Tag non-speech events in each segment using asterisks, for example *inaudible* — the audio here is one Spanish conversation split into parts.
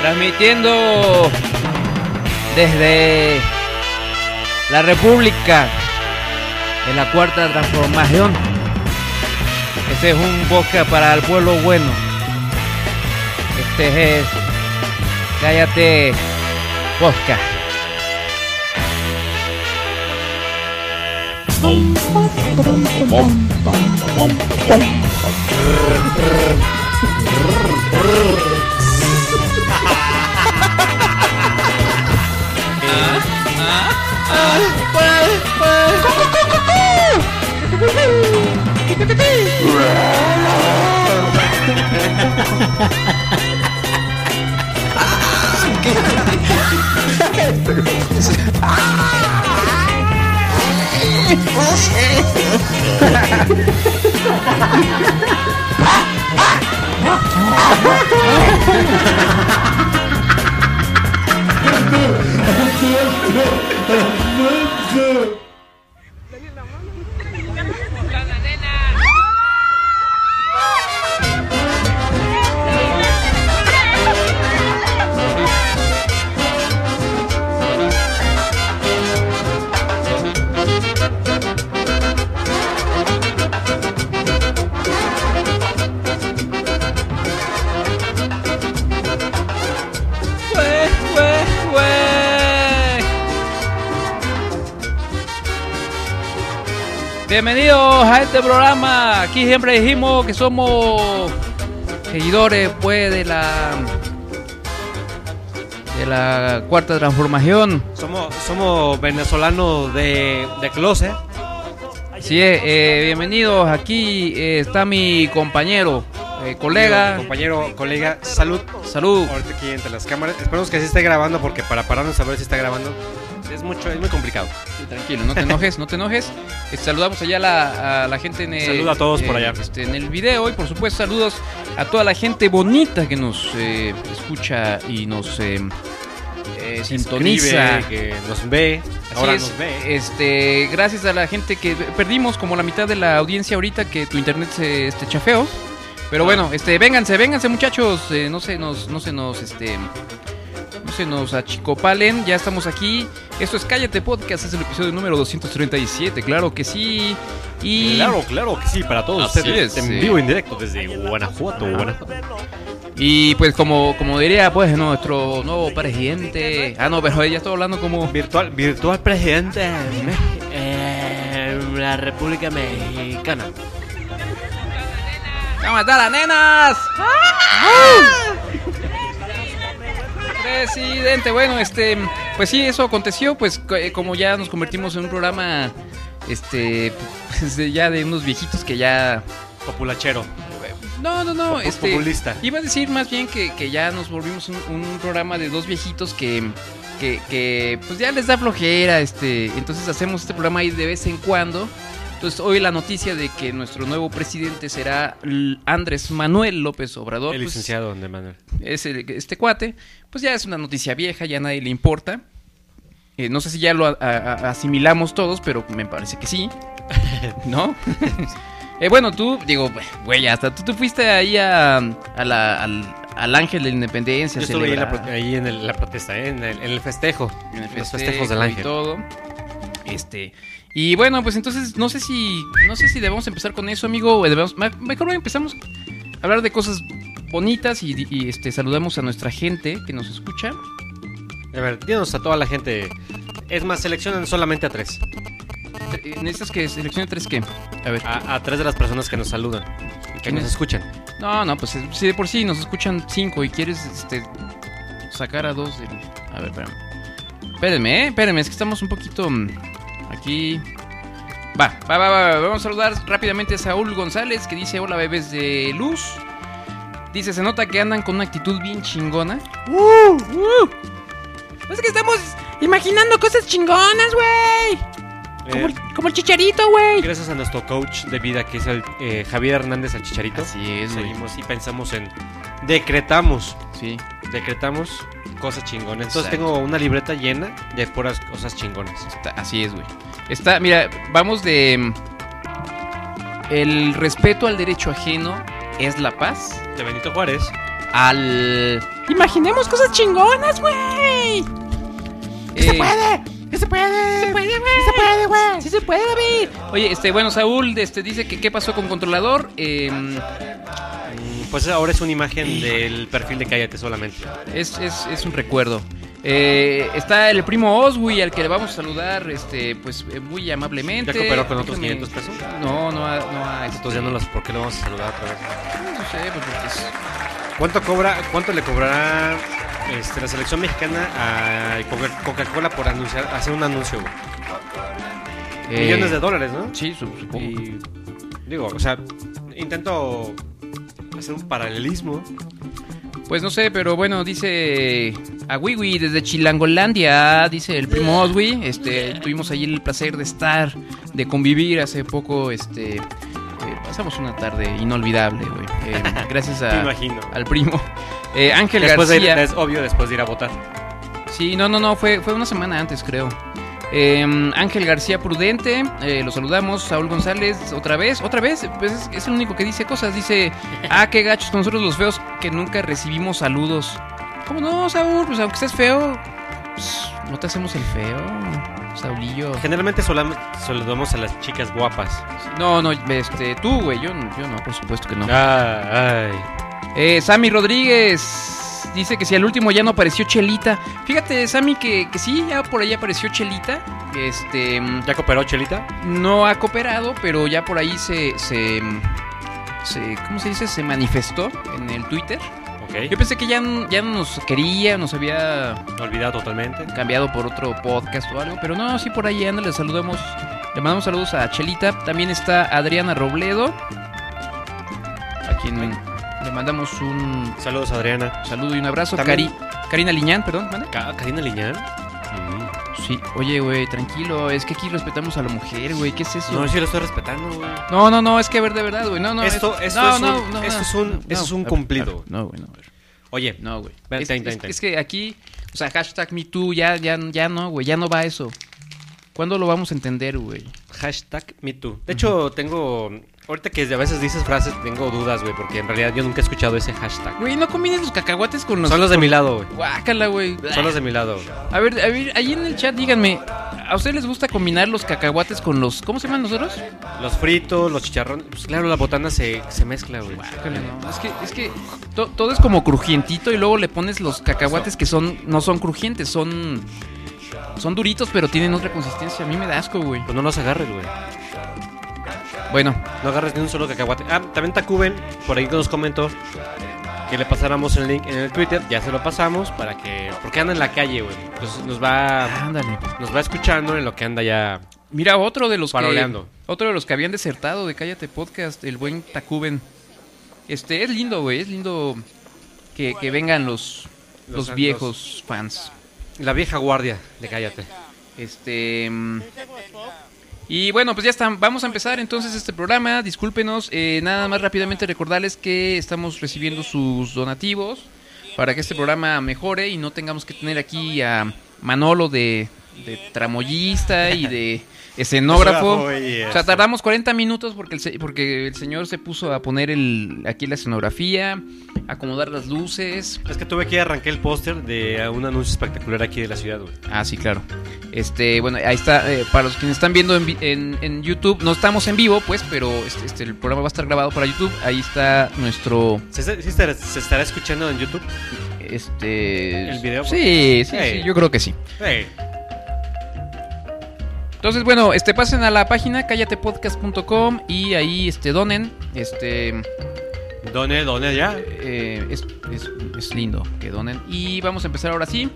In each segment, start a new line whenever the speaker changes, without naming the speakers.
Transmitiendo desde la República de la Cuarta Transformación. Este es un podcast para el pueblo bueno. Este es Cállate Podcast. Güey, güey, güey. Bienvenidos a este programa. Aquí siempre dijimos que somos seguidores pues de la de la cuarta transformación.
Somos, somos venezolanos de, de closet.
Así es, eh, bienvenidos. Aquí eh, está mi compañero, eh,
Amigo,
colega.
Compañero, colega, salud.
Salud.
Ahorita aquí entre las cámaras. Esperemos que sí esté grabando porque para pararnos a ver si está grabando es mucho, es muy complicado.
Tranquilo, no te enojes, no te enojes. Eh, Saludamos allá a la, a la gente en el,
Saluda a todos por allá.
este, en el video y por supuesto saludos a toda la gente bonita que nos eh, escucha y nos eh, eh, sintoniza.
Escribe, que nos ve.
Así
ahora
es,
nos ve.
Este, gracias a la gente que perdimos como la mitad de la audiencia ahorita que tu internet se este, chafeó. Pero bueno, este, vénganse, vénganse muchachos, eh, no se nos, no se nos, este, no se nos achicopalen, ya estamos aquí. Esto es Cállate Podcast, es el episodio número 237, claro que sí. Y,
Claro, claro que sí, para todos
Así
ustedes.
es,
en
sí.
vivo, en directo, desde Guanajuato. Guanajuato.
y pues como, como diría pues nuestro nuevo presidente, ah no, pero ya estoy hablando como...
Virtual, virtual presidente.
Eh, la República Mexicana.
¡Vamos a matar a las nenas! Presidente, bueno, este, pues sí, eso aconteció, pues co- eh, como ya nos convertimos en un programa, este, *laughs* pues, de- ya de unos viejitos que ya...
Populachero.
No, no, no,
Popu-
este...
populista.
Iba a decir más bien que, que ya nos volvimos un, un programa de dos viejitos que, que, que, pues ya les da flojera, este, entonces hacemos este programa ahí de vez en cuando. Entonces hoy la noticia de que nuestro nuevo presidente será L- Andrés Manuel López Obrador.
El
pues,
licenciado Andrés Manuel.
es el- este cuate, pues ya es una noticia vieja, ya a nadie le importa. Eh, no sé si ya lo a- a- a- asimilamos todos, pero me parece que
*laughs*
sí. ¿No? *laughs* Eh, bueno, tú, digo, güey, hasta tú te fuiste ahí a, a la- al, al Ángel de la Independencia. a
Yo estuve ahí en la,
celebrar
pro- ahí en el- la protesta, ¿eh? en, el, en el festejo.
en el
los
festejo
festejos del
Y
ángel.
todo. Este. Y bueno, pues entonces no sé si no sé si debemos empezar con eso, amigo. o debemos- me- mejor empezamos a hablar de cosas bonitas y, y, este saludamos a nuestra gente que nos escucha.
A ver, dinos a toda la gente. Es más, seleccionan solamente a tres.
Tre- eh, Necesitas que seleccione tres que. A ver.
A, a tres de las personas que nos saludan. Que
¿Quién
nos
es?
escuchan.
No, no, pues eh, si de por sí nos escuchan cinco y quieres este sacar a dos del. A ver, espérame. Espérenme, eh, espérenme, es que estamos un poquito mm, aquí. Va, va, va, va, va, Vamos a saludar rápidamente a Saúl González que dice: Hola, bebés de luz. Dice: Se nota que andan con una actitud bien chingona. Es que estamos imaginando cosas chingonas, güey.
Eh,
como el chicharito, güey.
gracias a nuestro coach de vida que es el eh, Javier Hernández el Chicharito.
Así es, güey.
Seguimos y pensamos en decretamos,
Sí.
decretamos cosas chingonas. Entonces
Exacto.
tengo una libreta llena de puras cosas chingonas.
Está- así es, güey. Está, mira, vamos de. mm, El respeto al derecho ajeno es la paz.
De Benito Juárez.
al... Imaginemos cosas chingonas, güey.
¡Sí se
Eh,
puede! ¡Sí se puede! ¡Sí se puede, güey! ¡Sí se puede, güey!
Sí se puede, David. Oye, este, bueno, Saúl este, dice que qué pasó con controlador. Eh,
Mm, Pues ahora es una imagen del perfil de Cállate solamente.
es, es- es un recuerdo. Eh, está el primo Oswi, al que le vamos a saludar este, pues, eh, muy amablemente.
¿Ya cooperó con otros
Déjame-
500 pesos?
No, no ha... No ha este,
Entonces ya no las... ¿Por qué lo vamos a saludar otra vez?
no sé, pues, porque es-
¿Cuánto, cobra, cuánto le cobrará este, la selección mexicana a Coca- Coca-Cola por anunciar, hacer un anuncio? güey?
Eh,
Millones de dólares, ¿no?
Sí, su- supongo.
Y, digo, o sea, intento hacer un paralelismo.
Pues no sé, pero bueno, dice a Wiwi desde Chilangolandia, dice el primo Oswi. Este, tuvimos allí el placer de estar, de convivir hace poco. Este, eh, pasamos una tarde inolvidable, güey. Eh,
*laughs*
gracias
Te
a,
imagino.
al primo Eh, Ángel
Después de ir-
García.
es obvio después de ir a votar.
Sí, no, no, no, fue, fue una semana antes, creo. Eh, Ángel García Prudente, eh, lo saludamos. Saúl González, otra vez, otra vez. Pues es, es el único que dice cosas. Dice, ah, qué gachos con nosotros los feos que nunca recibimos saludos. ¿Cómo no, Saúl? Pues aunque estés feo, pues, no te hacemos el feo, Saulillo.
Generalmente solam- saludamos a las chicas guapas.
No, no, este, tú, güey, yo, no- yo no, por supuesto que no.
Ah, ay.
Eh, Sammy Rodríguez dice que si al último ya no apareció Chelita. Fíjate, Sammy, que, que sí, ya por ahí apareció Chelita. Este, mm,
¿Ya cooperó Chelita?
no ha cooperado, pero ya por ahí se, se, se- ¿cómo se dice? Se manifestó en el Twitter. Yo
Ok.
pensé que ya, n- ya no nos quería, nos había
Olvidado totalmente.
cambiado por otro podcast o algo, pero no, sí por ahí anda, le saludamos, le mandamos saludos a Chelita. También está Adriana Robledo, a quien le mandamos un
Saludos, Adriana.
Saludo y un abrazo.
También-
Cari- Karina Liñán, perdón. ¿mande?
Ca- ¿Karina Liñán? Mm.
Sí. Oye, güey, tranquilo. Es que aquí respetamos a la mujer, güey. ¿Qué es eso?
No, yo lo estoy respetando, güey.
No, no, no. Es que a ver, de verdad, güey. No, no.
Esto-
es,
esto
no,
es
no,
un-
no,
esto
no,
es un-
no,
esto es
no.
un
A ver,
cumplido.
a ver, No, güey, no. a ver.
Oye,
No, güey.
Ven,
Es,
ten,
es-
ten, ten.
es que aquí, o sea, hashtag MeToo, ya, ya, ya no, güey. Ya no va eso. ¿Cuándo lo vamos a entender, güey?
hashtag MeToo. De hecho, tengo... Ahorita que a veces dices frases, tengo dudas, güey, porque en realidad yo nunca he escuchado ese hashtag.
Güey, no combines los cacahuates con los...
Son los de mi lado, güey.
Guácala, güey.
Son los de mi lado. güey.
A ver, a ver, ahí en el chat díganme, ¿a ustedes les gusta combinar los cacahuates con los... ¿Cómo se llaman nosotros?
Los fritos, los chicharrones. Pues claro, la botana se, se mezcla, güey. Pues
Híjole, no, Es que, es que to- todo es como crujientito y luego le pones los cacahuates que son no son crujientes, son son duritos pero tienen otra consistencia. A mí me da asco, güey.
Pues no los agarres, güey.
Bueno,
No agarres ni un solo cacahuate. Ah, también Tacuben, por ahí nos comentó que le pasáramos el link en el Twitter. Ya se lo pasamos para que... Porque anda en la calle, güey. Entonces nos va...
ándale.
Nos va escuchando en lo que anda ya...
Mira otro de los
Paroleando.
que otro de los que habían desertado de Cállate Podcast, el buen Tacuben. Este es lindo, güey, es lindo que, que vengan los
Los
los
santos.
viejos fans.
La vieja guardia de Cállate.
Este. mm, Y bueno, pues ya están. Vamos a empezar entonces este programa. Discúlpenos. eh, nada más rápidamente recordarles que estamos recibiendo sus donativos para que este programa mejore y no tengamos que tener aquí a Manolo de, de tramoyista y de escenógrafo.
Pues,
O sea,
este,
tardamos 40 minutos porque el, se- porque el señor se puso a poner el, aquí la escenografía, acomodar las luces.
Es que tuve que arrancar el póster de un anuncio espectacular aquí de la ciudad, güey.
Ah, sí, claro. Este, bueno, ahí está. eh, para los que nos están viendo en, vi- en- en YouTube, no estamos en vivo, pues, pero este, este, el programa va a estar grabado para YouTube. Ahí está nuestro,
¿Se, se- sí estará- se estará escuchando en YouTube?
este...
¿El video?
Sí, sí,
Sí. Eh.
sí, yo creo que sí.
Hey.
Entonces, bueno, este, pasen a la página callatepodcast.com y ahí, este, donen. Este,
Done, done ya.
eh, es, es- es lindo que donen. Y vamos a empezar ahora sí.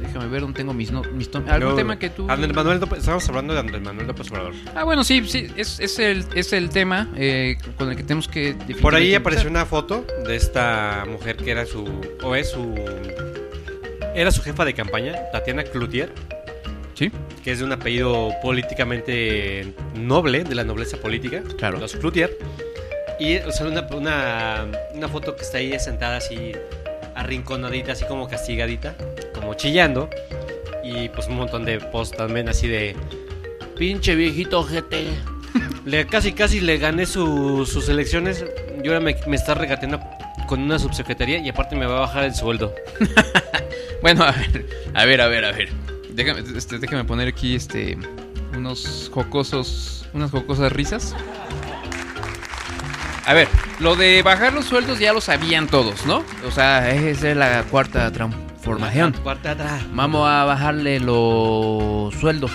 Déjame ver dónde tengo mis... No, mis tom- ¿Algún
No,
tema que tú...?
Andrés Manuel López- estábamos hablando de Andrés Manuel López Obrador.
Ah, bueno, sí, sí, es, es el, es el tema eh, con el que tenemos que...
Por ahí
definitivamente
apareció
empezar.
una foto de esta mujer que era su. o es su. era su jefa de campaña, Tatiana Cloutier,
Sí,
que es de un apellido políticamente noble, de la nobleza política.
Claro.
Los Cloutier. Y o sea, una, una, una foto que está ahí sentada así, arrinconadita, así como castigadita, como chillando. Y pues un montón de posts también así de.
Pinche viejito GT.
Le, casi, casi le gané su- sus elecciones. Y ahora me, me está regateando con una subsecretaría y aparte me va a bajar el sueldo.
Bueno, a ver, a ver, a ver, a ver. Déjame, este, déjame poner aquí este unos jocosos, unas jocosas risas. A ver, lo de bajar los sueldos ya lo sabían todos, ¿no? O sea, esa es la cuarta transformación.
Cuarta atrás.
Vamos a bajarle los sueldos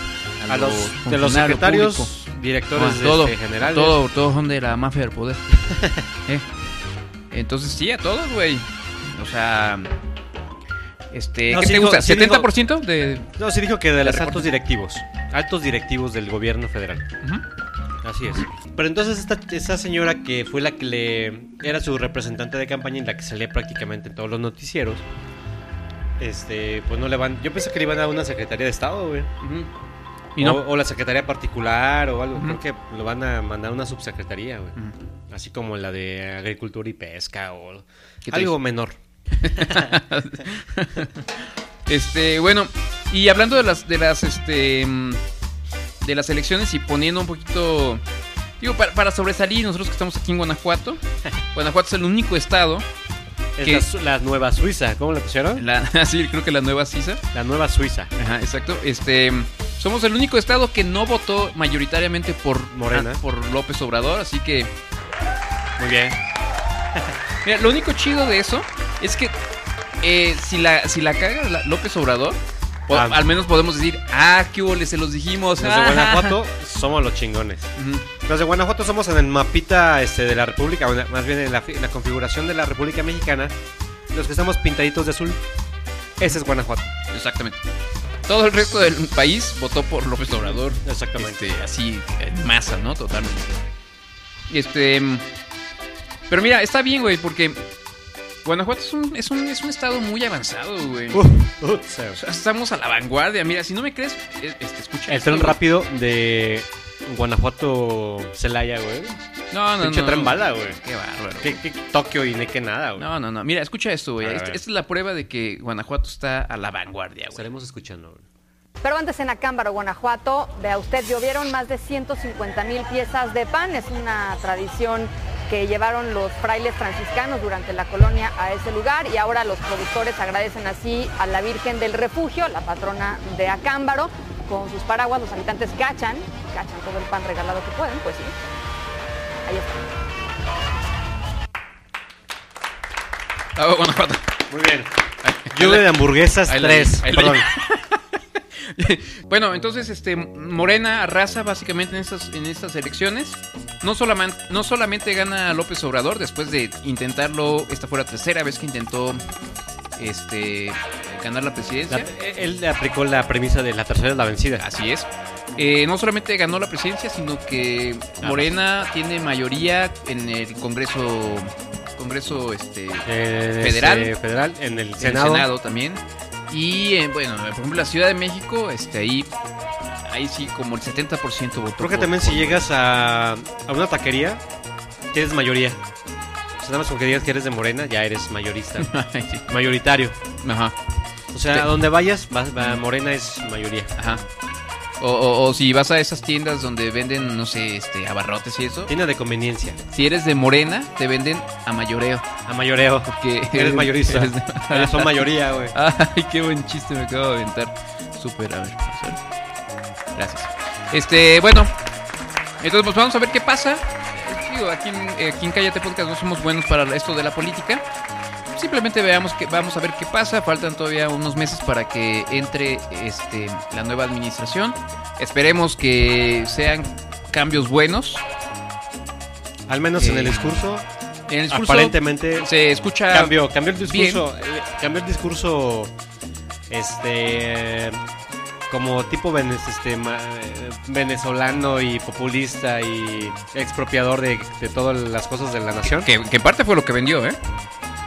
A los, de los
funcionarios
secretarios,
públicos.
directores
Ah, todo,
este, generales.
Todo, todos son de la mafia del
*laughs*
poder. Eh. Entonces sí, a todos, güey. O sea, este,
No,
¿qué
sí
te
dijo-
gusta?
sí dijo-
¿70% de
No, sí dijo que de los
recortes.
altos directivos. Altos directivos del gobierno federal.
Ujú.
Así es. Pero entonces esta, esta señora que fue la que le... Era su representante de campaña y la que salía prácticamente en todos los noticieros. Este, pues no le van... Yo pensé que le iban a dar una secretaría de Estado, güey.
Y no.
O, o la secretaría particular o algo.
Ujú.
Creo que lo van a mandar a una subsecretaría, güey.
Ujú.
Así como la de Agricultura y Pesca o
¿Qué te
algo
dice?
menor.
Este, bueno, y hablando de las, de las, este, mm, de las elecciones y poniendo un poquito, digo, para, para sobresalir, nosotros que estamos aquí en
*laughs*
Guanajuato, Guanajuato es el único estado,
Es
¿Qué?
la, su- la nueva Suiza. ¿Cómo la pusieron?
la, *laughs* sí, creo que la nueva CISA,
La nueva Suiza.
Ajá, exacto. Este, somos el único estado que no votó mayoritariamente por
Morena.
ah, por López Obrador, así que
Muy bien.
mira, lo único chido de eso es que eh, si la si la caga la- López Obrador, po-
Ah.
al menos podemos decir, ah, qué hubo, se los dijimos.
Los de *laughs* Guanajuato somos los chingones.
Ujú.
Ah. Los de Guanajuato somos en el mapita este, de la República, o la- más bien en la, fi- la configuración de la República Mexicana, los que estamos pintaditos de azul. Ese es Guanajuato.
Exactamente. Todo el resto del país votó por López Obrador.
Exactamente.
Este, así, en masa, ¿no? Totalmente. Este. mm, Pero mira, está bien, güey, porque Guanajuato es un, es un, es un estado muy avanzado, güey.
Este, Uf, uf, se-
O sea, Estamos a la vanguardia. Mira, si no me crees, eh, este, escucha.
el tren
esto, güey.
rápido de Guanajuato Celaya, güey.
No, no,
Pinche
no.
tren bala, güey.
Qué bárbaro.
Que, que Tokio y ni que nada, güey.
No, no, no. Mira, escucha esto, güey.
A ver,
Esta,
a ver.
esta es la prueba de que Guanajuato está a la vanguardia, güey.
Estaremos escuchando, güey.
Pero antes en Acámbaro, Guanajuato, vea usted, llovieron más de 150 mil piezas de pan. Es una tradición que llevaron los frailes franciscanos durante la colonia a ese lugar y ahora los productores agradecen así a la Virgen del Refugio, la patrona de Acámbaro. Con sus paraguas los habitantes cachan, cachan todo el pan regalado que pueden, pues sí. Ahí está.
Ah,
Bravo, *laughs* Guanajuato.
Muy bien. Lluvia de hamburguesas
ahí la-
3.
ahí la-
Perdón.
Bueno, entonces este Morena arrasa básicamente en estas en estas elecciones. No solamente no solamente gana López Obrador después de intentarlo, esta fue la tercera vez que intentó este ganar la
La-
presidencia.
él le aplicó la premisa de la tercera es la vencida.
Así es. Eh, no solamente ganó la presidencia, sino que Morena tiene mayoría en el Congreso Congreso este
Eh,
Federal.
este, federal. En el
en el
Senado.
Senado también. Y eh, bueno, por ejemplo, la Ciudad de México, este ahí ahí sí como el 70% votó.
Creo que
por-
también si llegas a, a una taquería, tienes mayoría. O sea, nada más con que digas que eres de Morena, ya eres mayorista.
*laughs* *laughs* Ay, sí.
mayoritario.
Ajá,
O sea,
Te-
a donde vayas, vas- va- Morena es mayoría.
ajá. O, o- o si vas a esas tiendas donde venden, no sé, este, abarrotes y eso.
Tiene
*laughs*
de conveniencia.
Si eres de morena, te venden a mayoreo.
A mayoreo.
Que
Eres
*laughs*
mayorista.
eres de-
Pero son mayoría, güey.
Ay, qué buen chiste me acabo de aventar. Súper, a ver. vamos a ver. Gracias. Este, bueno. Entonces, pues vamos a ver qué pasa. Eh, Digo, aquí en, eh, aquí en Cállate Podcast no somos buenos para esto de la política. Simplemente veamos que vamos a ver qué pasa. Faltan todavía unos meses para que entre este, la nueva administración. Esperemos que sean cambios buenos.
Al menos en el
Eh,
discurso,
En el discurso
aparentemente
se escucha
cambió, cambió el
bien.
discurso, eh, cambió el discurso, este, como tipo venez- este, ma- eh, venezolano y populista y expropiador de, de todas las cosas de la nación.
que, que en parte fue lo que vendió, ¿eh?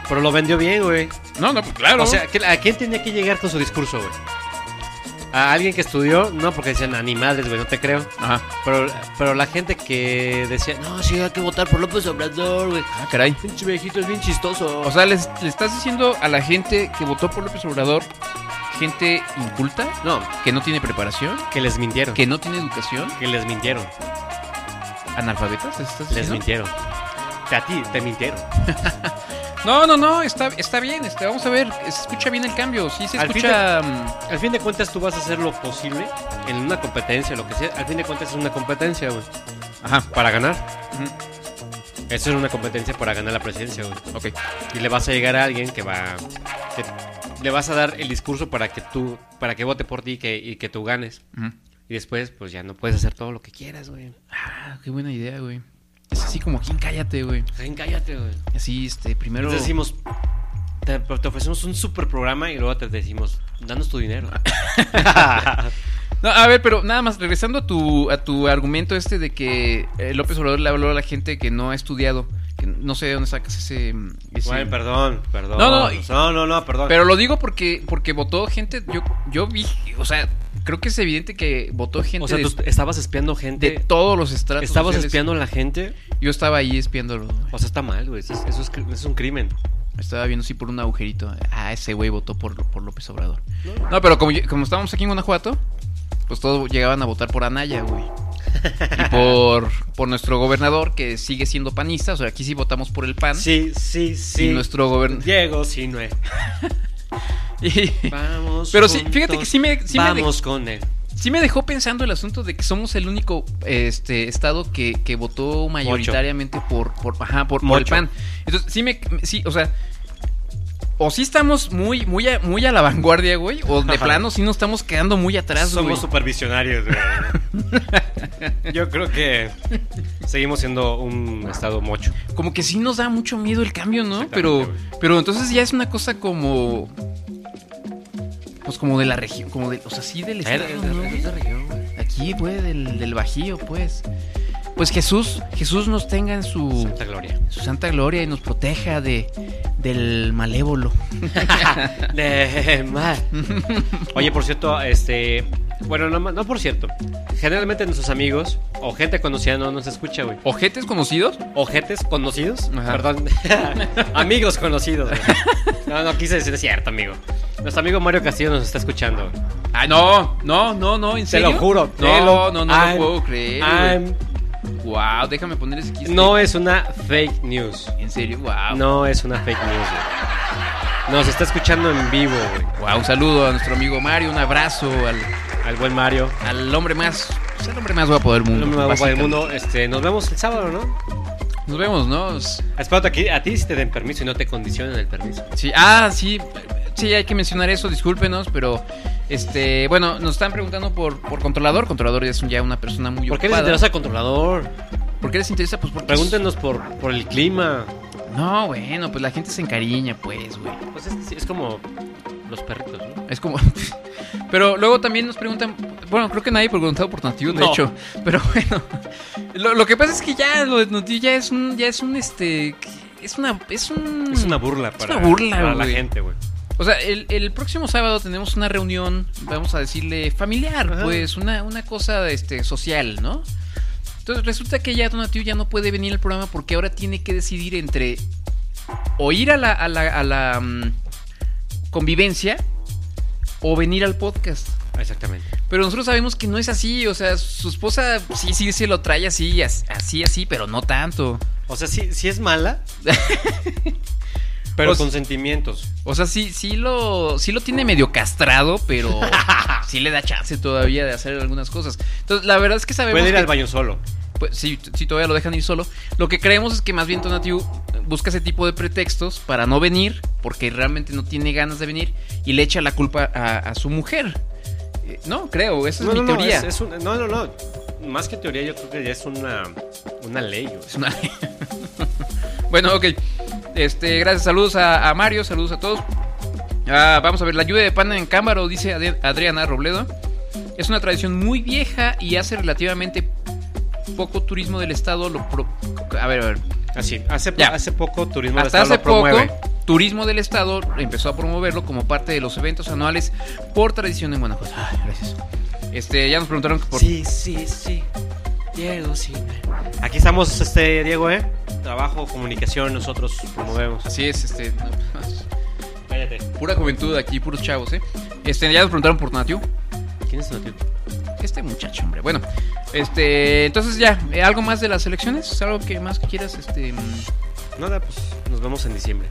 Pero lo vendió bien, güey.
No, no, pues, claro.
O sea, ¿que- ¿a quién tenía que llegar con su discurso, güey? ¿A alguien que estudió? No, porque decían, animales, güey, no te creo.
Ajá.
Pero, pero la gente que decía, no,
No, sí, hay que votar por López Obrador, güey.
Ah, caray.
Pinche viejito es bien chistoso.
O sea, les- le estás diciendo a la gente que votó por López Obrador, gente inculta,
no,
que no tiene preparación,
que les mintieron.
que no tiene educación,
Que les mintieron.
analfabetas, ¿les estás
Les
diciendo?
mintieron. A ti, te mintieron.
No, no, no, está, está bien. este, vamos a ver, se escucha bien el cambio. Sí, se
Al
escucha. mm,
Al fin de cuentas, tú vas a hacer lo posible en una competencia, lo que sea. Al fin de cuentas, es una competencia, güey.
Ajá,
Para ganar.
ujú,
Eso es una competencia para ganar la presidencia, güey.
ok.
Y le vas a llegar a alguien que va. que le vas a dar el discurso para que tú. para que vote por ti y que, y que tú ganes.
ujú.
Y después, pues ya no puedes hacer todo lo que quieras, güey.
Ah, qué buena idea, güey. Es así como, ¿quién cállate, güey?
Ay, cállate, güey.
Así, este, primero.
Entonces decimos. Te, te ofrecemos un super programa y luego te decimos, danos tu dinero.
No, a ver, pero nada más, regresando a tu, a tu argumento este de que eh, López Obrador le habló a la gente que no ha estudiado, que no sé de dónde sacas ese... mm, ese-
Bueno, perdón, perdón.
No, no, no.
no, no, no, perdón.
Pero lo digo porque porque votó gente, yo, yo vi, o sea, creo que es evidente que votó gente
o sea,
de,
tú estabas espiando
de
gente.
todos los estratos
Estabas
sociales.
espiando a la gente.
Yo estaba ahí espiándolo, güey.
O sea, está mal, güey. Eso, es, eso es cri- es un crimen.
estaba viendo así por un agujerito, ah, ese güey votó por, por López Obrador. No, pero como, yo- como estábamos aquí en Guanajuato, pues todos llegaban a votar por Anaya, güey.
*laughs*
Y por, por nuestro gobernador, que sigue siendo panista. O sea, aquí sí votamos por el PAN.
Sí, sí, sí.
Y nuestro *laughs* gobernador.
Diego, sí, no es. Vamos.
Pero sí, fíjate que sí me- sí me dej-
Vamos con él.
Sí me dejó pensando el asunto de que somos el único este estado que, que votó mayoritariamente por por, ajá, por, por el
Mocho.
PAN. Entonces, sí me sí, o sea, o sí estamos muy muy a, muy a la vanguardia, güey, o de
Ajá.
plano sí nos estamos quedando muy atrás, güey.
Somos supervisionarios,
*laughs*
güey. Yo creo que seguimos siendo un estado mocho.
Como que sí nos da mucho miedo el cambio, ¿no?
Exactamente,
Pero
güey.
pero entonces ya es una cosa como pues como de la región, como de, o sea, sí del estado, ¿no, güey? Aquí, güey, del, del Bajío, pues. Pues Jesús, Jesús nos tenga en su,
Santa Gloria.
su santa gloria y nos proteja de del malévolo.
De mal. Oye, por cierto, este. Bueno, no, ma- no por cierto. Generalmente nuestros amigos o gente conocida no nos escucha, güey.
¿Ojetes conocidos?
Ojetes conocidos.
Ajá.
Perdón. *laughs* amigos conocidos, güey. No, no quise decir es cierto, amigo. Nuestro amigo Mario Castillo nos está escuchando. güey.
Ah, no, no, no, no, en
Te
serio.
lo juro.
No,
te lo-
no, no, no,
I'm-
puedo creer.
I'm-
Wow, déjame poner ese quiste.
Ah, no es una fake news.
En serio, wow.
No es una fake news, güey. Nos está escuchando en vivo, güey.
Wow, un saludo a nuestro amigo Mario, un abrazo al,
Al buen Mario.
al hombre más, pues, el hombre más guapo del
No
mundo.
me va a el
básicamente.
mundo. Este, nos vemos el sábado, ¿no?
Nos vemos, ¿no? Es-
Espérate aquí, a ti si te den permiso y no te condicionan el permiso.
Sí, ah, sí, sí, hay que mencionar eso, discúlpenos, pero este, bueno, nos están preguntando por, por controlador, controlador ya es ya una persona muy
¿Por qué les
ocupada.
interesa al controlador?
¿Por qué les interesa? Pues porque
Pregúntenos por, por el clima.
No, bueno, pues la gente se encariña, pues, güey.
Pues es, que sí, es como los perritos, ¿no?
Es como *laughs* Pero luego también nos preguntan, bueno, creo que nadie preguntado por Nativo, de
No.
hecho, *laughs* pero bueno. Lo, lo que pasa es que ya lo de Nativo ya es un ya es un este es una es un
Es una burla para,
una burla,
para la
güey.
gente, güey.
O sea, el, el próximo sábado tenemos una reunión, vamos a decirle familiar,
Ajá.
pues, una, una cosa este, social, ¿no? Entonces resulta que ya Donatiu ya no puede venir al programa porque ahora tiene que decidir entre o ir a la, a la, a la, mm, convivencia o venir al podcast.
Exactamente.
Pero nosotros sabemos que no es así, o sea, su esposa sí, sí, se lo trae así, as- así, así, pero no tanto.
O sea, sí, sí es mala, pero
O sea-
con sentimientos.
O sea, sí, sí lo, sí lo tiene medio castrado,
*laughs*
pero sí le da chance todavía de hacer algunas cosas. Entonces, la verdad es que sabemos
Puede ir
que,
al baño solo.
pues, sí, t- sí, todavía lo dejan ir solo. Lo que creemos es que más bien Tonatiu busca ese tipo de pretextos para no venir, porque realmente no tiene ganas de venir, y le echa la culpa a, a su mujer. Eh, No, creo, esa es mi teoría.
es- es un- no, no, no. Más que teoría, yo creo que ya es una, una ley. güey.
Es una- *laughs* bueno, ok. Este, gracias, saludos a, a Mario, saludos a todos. Ah, vamos a ver, la lluvia de pan en Cámbaro, dice Ade- Adriana Robledo. Es una tradición muy vieja y hace relativamente poco turismo del estado. Lo pro- A ver, a ver.
Así, hace, po-
Ya.
hace poco Turismo
Hasta
del Estado
hace
lo
poco,
promueve.
Turismo del Estado empezó a promoverlo como parte de los eventos anuales por tradición en Guanajuato. Ay, gracias. Este, ya nos preguntaron por
Ah, Sí, sí, sí. Diego, sí. Aquí estamos, este, Diego, ¿eh? Trabajo, comunicación, nosotros promovemos.
Así es, este.
Cállate.
*laughs* Pura juventud aquí, puros chavos, ¿eh? Este, ya nos preguntaron por Natiu.
¿Quién es Natiu?
Este muchacho, hombre. Bueno, este. Entonces ya, eh, ¿algo más de las elecciones? ¿Algo que más que quieras, este. mm,
Nada, pues nos vemos en diciembre.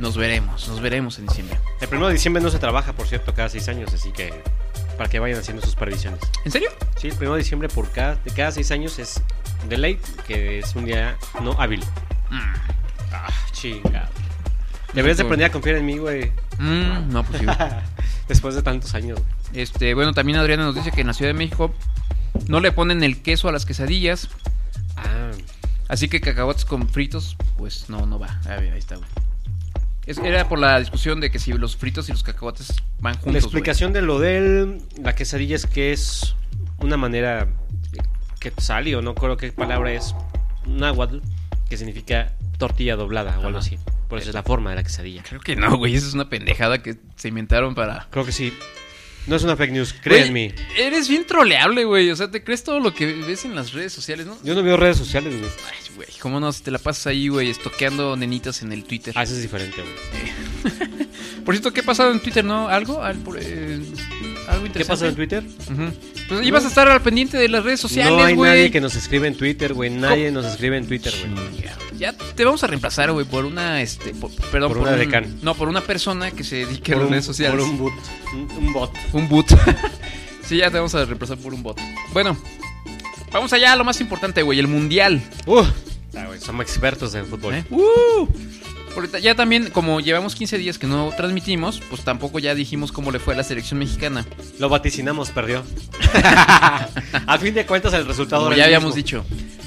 Nos veremos, nos veremos en diciembre.
El primero de diciembre no se trabaja, por cierto, cada seis años, así que para que vayan haciendo sus previsiones.
¿En serio?
Sí, el primero de diciembre por cada, de cada seis años es de late, que es un día no hábil. Ah, chingado. Deberías de aprender a confiar en mí, güey.
Mm, no,
*laughs*
pues sí. güey.
Después de tantos años, güey.
Este, bueno, también Adriana nos dice que en la Ciudad de México no le ponen el queso a las quesadillas,
Ah,
así que cacahuates con fritos, pues no, no va. A ver, ahí está, güey. Es- era por la discusión de que si los fritos y los cacahuates van juntos.
la
güey.
explicación de lo de la quesadilla es que es una manera que sale, o no creo qué palabra es, náhuatl, que significa tortilla doblada o
Ajá.
algo así. Por eso es la forma de la quesadilla.
Creo que no, güey. Esa es una pendejada que se inventaron para.
Creo que sí. No es una fake news, créanme.
Güey, Eres bien troleable, güey. O sea, te crees todo lo que ves en las redes sociales, ¿no?
Yo no veo redes sociales, güey.
Ay, güey. ¿Cómo no? Si te la pasas ahí, güey, estoqueando nenitas en el Twitter.
Ah, eso es diferente, güey.
Por cierto, ¿qué ha pasado en Twitter, no? ¿Algo? Al- por, eh, ¿Algo interesante?
¿Qué pasa en Twitter?
Ujú. Pues ibas a estar al pendiente de las redes sociales,
no hay
güey.
nadie que nos escribe en Twitter, güey. Nadie nos escribe en Twitter, güey.
Chinga, güey. Ya te vamos a reemplazar, güey, por una, este, por- perdón,
Por una
un-
decan.
No, por una persona que se dedique a
Por
las
un-
redes sociales.
Por un bot. Un, un bot.
Un boot. *laughs* sí, ya te vamos a reemplazar por un bot. Bueno, vamos allá a lo más importante, güey, el mundial.
Uh, ah, güey, somos expertos en fútbol.
¿eh? ¡Uh! Ahorita ya también, como llevamos 15 días que no transmitimos, pues tampoco ya dijimos cómo le fue a la selección mexicana.
Lo vaticinamos,
*laughs*
perdió. a fin de cuentas, el resultado
Como
era
ya
el
habíamos
mismo.
dicho.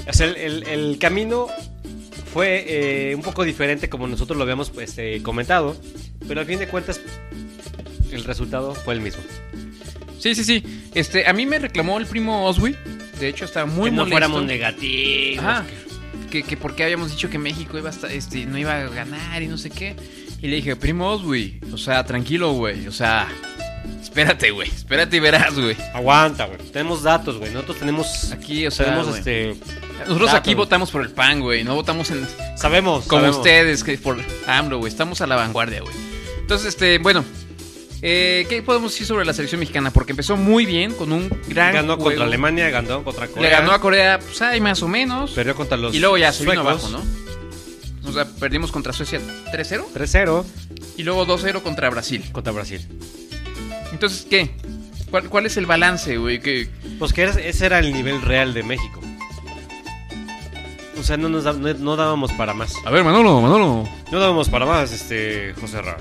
O sea, el, el- el camino fue eh, un poco diferente como nosotros lo habíamos pues, eh, comentado. Pero a fin de cuentas, el resultado fue el mismo.
Sí, sí, sí. Este, a mí me reclamó el primo Oswi. De hecho, estaba muy
que no
molesto.
fuéramos negativos.
Ajá. Que, que porque habíamos dicho que México iba a esta- este, no iba a ganar y no sé qué. Y le dije, primos, güey. O sea, tranquilo, güey. O sea, espérate, güey. Espérate y verás, güey.
Aguanta, güey. Tenemos datos, güey. Nosotros tenemos.
Aquí, o sea,
tenemos
güey.
este.
Nosotros
datos,
aquí
güey.
votamos por el pan, güey. No votamos en,
Sabemos.
como
sabemos.
ustedes, que por AMLO, güey. Estamos a la vanguardia, güey. Entonces, este, bueno. eh, ¿Qué podemos decir sobre la selección mexicana? Porque empezó muy bien con un gran.
Ganó
juego.
contra Alemania, ganó contra Corea.
Le ganó a Corea, pues hay más o menos.
Perdió contra los.
y luego ya se vino
suecos.
abajo, ¿no? O sea, perdimos contra Suecia 3-0
3-0
y luego 2-0 contra Brasil.
contra Brasil.
Entonces, ¿qué? ¿Cuál, cuál es el balance, güey? ¿Qué-
Pues que era- ese era el nivel real de México. O sea, no, nos da- no, no dábamos para más.
A ver, Manolo, Manolo.
No dábamos para más, este, José Ra.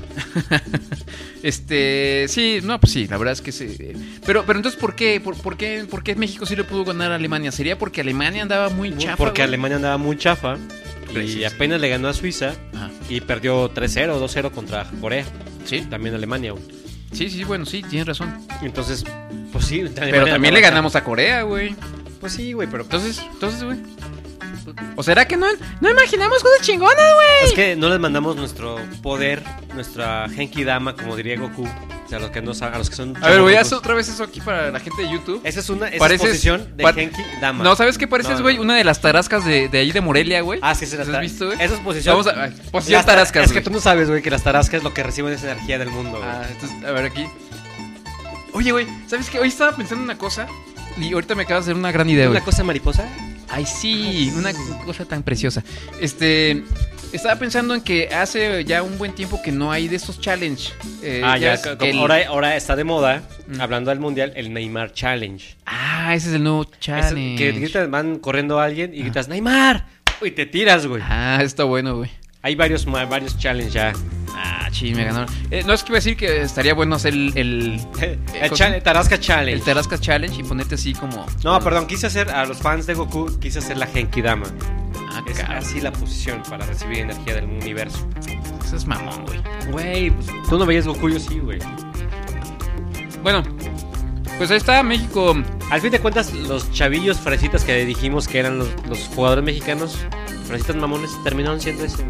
Este, sí, no, pues sí, la verdad es que sí. eh, Pero, pero entonces, ¿por qué? ¿Por, por qué, por qué México sí le pudo ganar a Alemania? ¿Sería porque Alemania andaba muy chafa?
Porque
güey?
Alemania andaba muy chafa. Y
Precis.
apenas le ganó a Suiza.
Ajá.
Y perdió 3-0, 2-0 contra Corea.
Sí,
También Alemania. güey.
sí, sí, bueno, sí, tienes razón.
Entonces, pues sí.
Pero también le ganamos a Corea, güey.
Pues sí, güey, pero.
Entonces, entonces, güey. ¿O será que no, no imaginamos cosas chingonas, güey?
Es que no les mandamos nuestro poder, nuestra Genki Dama, como diría Goku. O sea, a los que, no, sa- a los que son.
A ver, voy a
chamacos.
hacer otra vez eso aquí para la gente de YouTube.
Esa es una esa es
Pareces-
posición de
par-
Genki Dama.
No, ¿sabes qué pareces,
No, no.
güey? Una de las tarascas de, de ahí de Morelia, güey.
Ah, sí, esa es
¿Las
la
has
tar-
visto, güey?
Esa es posición.
Vamos a. ah, Posición
Las tar-
tarascas,
Es que tú
güey.
no sabes, güey, que las tarascas lo que reciben es energía del mundo, güey.
Ah, entonces, a ver aquí. Oye, güey, ¿sabes qué? Hoy estaba pensando en una cosa y ahorita me acabas de dar una gran idea, güey.
¿Una cosa mariposa?
Ay, sí, una cosa tan preciosa. Este. Estaba pensando en que hace ya un buen tiempo que no hay de estos challenge. Eh,
Ah, ya,
ves
co-
que el-
ahora, ahora está de moda,
Mm.
hablando del mundial, el Neymar Challenge.
Ah, ese es el nuevo
Es
challenge.
que gritas, van corriendo a alguien y gritas, Neymar, y te tiras, güey.
Ah, está bueno, güey.
Hay varios, ma- varios challenge ya.
*laughs* Ah, sí, me ganaron. Eh, no es que iba a decir que estaría bueno hacer el, el,
El
cosa-
chale- Tarasca
el
Challenge.
Tarascas Challenge y ponerte así como.
No, perdón, quise hacer a los fans de Goku, quise hacer la Genki Dama.
Ah,
Es
cabrón.
así la posición para recibir energía del universo.
Eso es mamón, güey.
Güey, pues, tú no veías Goku, yo sí, güey.
Bueno, pues ahí está México.
Al fin de cuentas, los chavillos fresitas que dijimos que eran los, los jugadores mexicanos, fresitas mamones, terminaron siendo ese.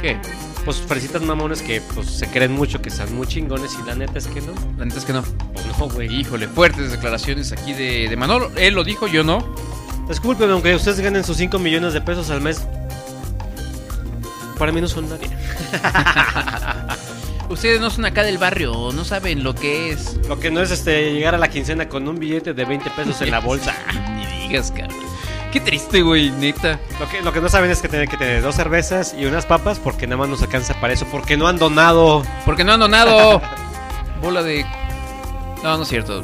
¿Qué?
Pues fresitas mamones que pues, se creen mucho que están muy chingones y la neta es que no.
La neta es que no.
Pues no, güey.
Híjole, fuertes declaraciones aquí de, de Manolo. Él lo dijo, yo no.
Discúlpeme, aunque ustedes ganen sus 5 millones de pesos al mes, para mí no son nadie.
Ustedes no son acá del barrio, no saben lo que es. *laughs*
Lo que no es este llegar a la quincena con un billete de 20 pesos en la bolsa.
Ni digas, cabrón. Qué triste, güey, neta.
Lo que, lo que no saben es que tienen que tener dos cervezas y unas papas porque nada más nos alcanza para eso, porque no han donado.
Porque no han donado. *laughs* Bola de. No, no es cierto.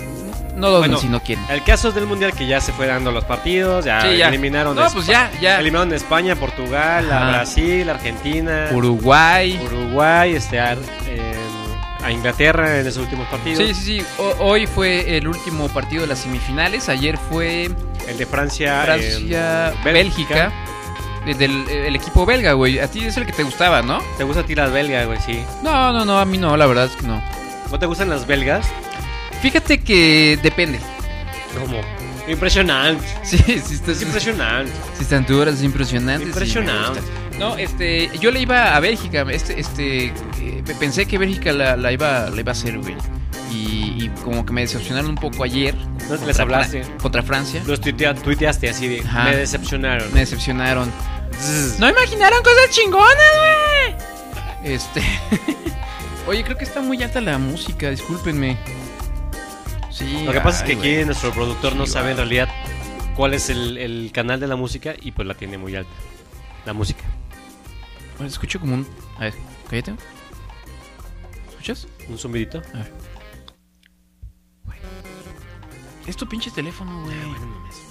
No donen
Bueno,
si no quieren.
El caso es del Mundial que ya se fue dando los partidos, ya,
Sí, ya.
eliminaron
No,
a
pues
Espa-
ya, ya.
Eliminaron a España, Portugal, a
Ajá.
Brasil, Argentina,
Uruguay.
Uruguay, este, a, eh, a Inglaterra en esos últimos partidos.
Sí, sí, sí. O- hoy fue el último partido de las semifinales. Ayer fue
El de Francia,
Francia,
em,
Bélgica. eh, Del el equipo belga, güey. A ti es el que te gustaba, ¿no?
¿Te gusta a ti las belgas, güey? Sí.
No, no, no. A mí no, la verdad es que no.
¿No te gustan las belgas?
Fíjate que depende. *laughs*
¿Cómo? Impresionante.
Sí, sí, está,
Es
sí,
impresionante.
sí están duras, es impresionante. sí, me
Impresionante.
gusta. no, este, yo le iba a Bélgica, este, este, eh, pensé que Bélgica la, la iba, la iba a hacer, güey. Y, y como que me decepcionaron un poco ayer.
No les
contra
hablaste.
Fra- Contra Francia.
Los tuitea- tuiteaste así de.
Ajá.
Me decepcionaron.
Me decepcionaron.
Zzz.
No imaginaron cosas chingonas, güey. Este. *laughs* Oye, creo que está muy alta la música, discúlpenme. Sí.
Lo que pasa
ay,
es que
güey.
aquí nuestro productor no
Sí,
sabe en
va.
realidad cuál es el, el canal de la música y pues la tiene muy alta. La música.
Bueno, Pues, escucho como un. A ver, cállate. ¿Escuchas?
Un zumbidito.
Es tu pinche teléfono, güey.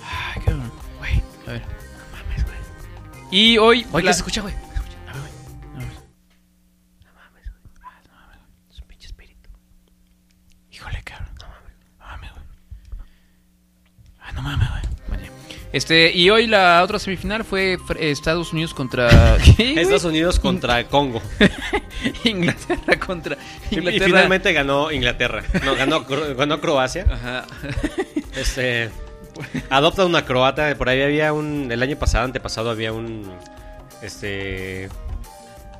Ay, cabrón. Güey, a ver. No mames, güey. Y hoy.
Oye,
la-
¿qué se escucha, güey?
A ver, güey. A ver. Ah,
Es un pinche espíritu.
Híjole, cabrón. No mames. No mames, güey. Ah, no mames, güey. Vale. Este, y hoy la otra semifinal fue Fr- eh, Estados Unidos contra. ¿Qué, güey?
Estados Unidos contra Congo.
Inglaterra contra. *laughs*
Y-
Inglaterra.
Y finalmente ganó Inglaterra. No, ganó, Cro- ganó Croacia.
Ajá.
Este. Adopta una croata. Por ahí había un. El año pasado, antepasado, había un. Este.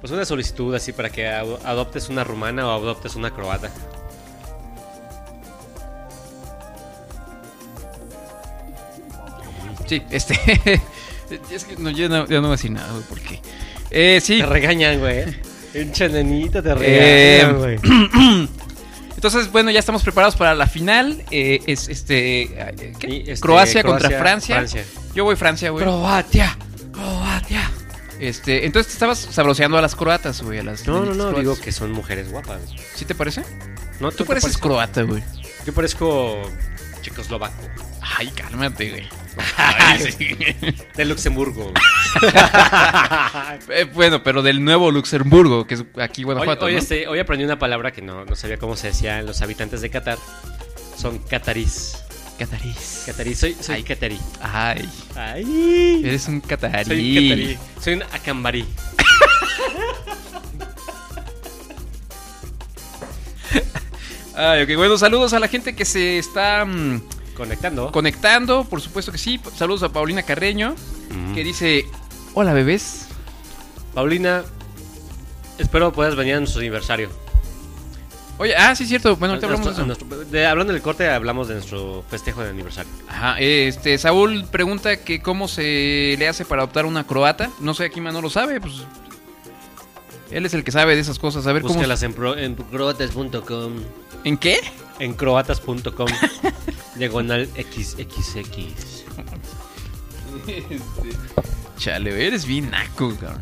Pues una solicitud así para que a- adoptes una rumana o adoptes una croata.
Sí, este. *laughs* es que no, yo, no, yo no voy a decir nada, güey, porque. Eh, sí.
Te
*laughs*
regañan, güey. Un chananito te
Eh,
regañan, güey.
Entonces, bueno, ya estamos preparados para la final. Eh, es este, eh, ¿qué?
Y, este,
Croacia, contra
Croacia,
Francia.
Francia.
Yo voy Francia, güey.
Croatia. Croatia.
Este, entonces te estabas sabroseando a las croatas, güey, a las
No, no, no,
croatas.
digo que son mujeres guapas.
¿Sí te parece?
No,
Tú pareces
parezco-
croata, güey.
Yo parezco checoslovaco.
Ay, cálmate, güey.
*laughs* De Luxemburgo.
Eh, bueno, pero del nuevo Luxemburgo, que es aquí
Hoy,
Guanajuato,
hoy,
¿no?
este, hoy aprendí una palabra que no, no sabía cómo se decía los habitantes de Qatar. Son catarís.
Catarís.
Catarí, soy, soy
Ay.
catarí.
Ay,
Ay.
eres un catarí.
Soy catarí. Soy un acambarí.
Ay, ok, bueno, saludos a la gente que se está mm,
Conectando.
conectando, por supuesto que sí. Saludos a Paulina Carreño,
Mm.
que dice, hola bebés.
Paulina, espero puedas venir a nuestro aniversario.
Oye, ah, sí, cierto. Bueno,
A-
ahorita hablamos de
nuestro-
eso.
a nuestro- de- hablando del corte, hablamos de nuestro festejo de aniversario.
Ajá, eh, este, Saúl pregunta que cómo se le hace para adoptar una croata. No sé, aquí no lo sabe, pues... Él es el que sabe de esas cosas. A ver cómo...
Búscalas en, pro- en,
Croatas.com.
¿En qué?
en croatas.com. *laughs* diagonal XXX.
Chale, eres bien naco, cabrón.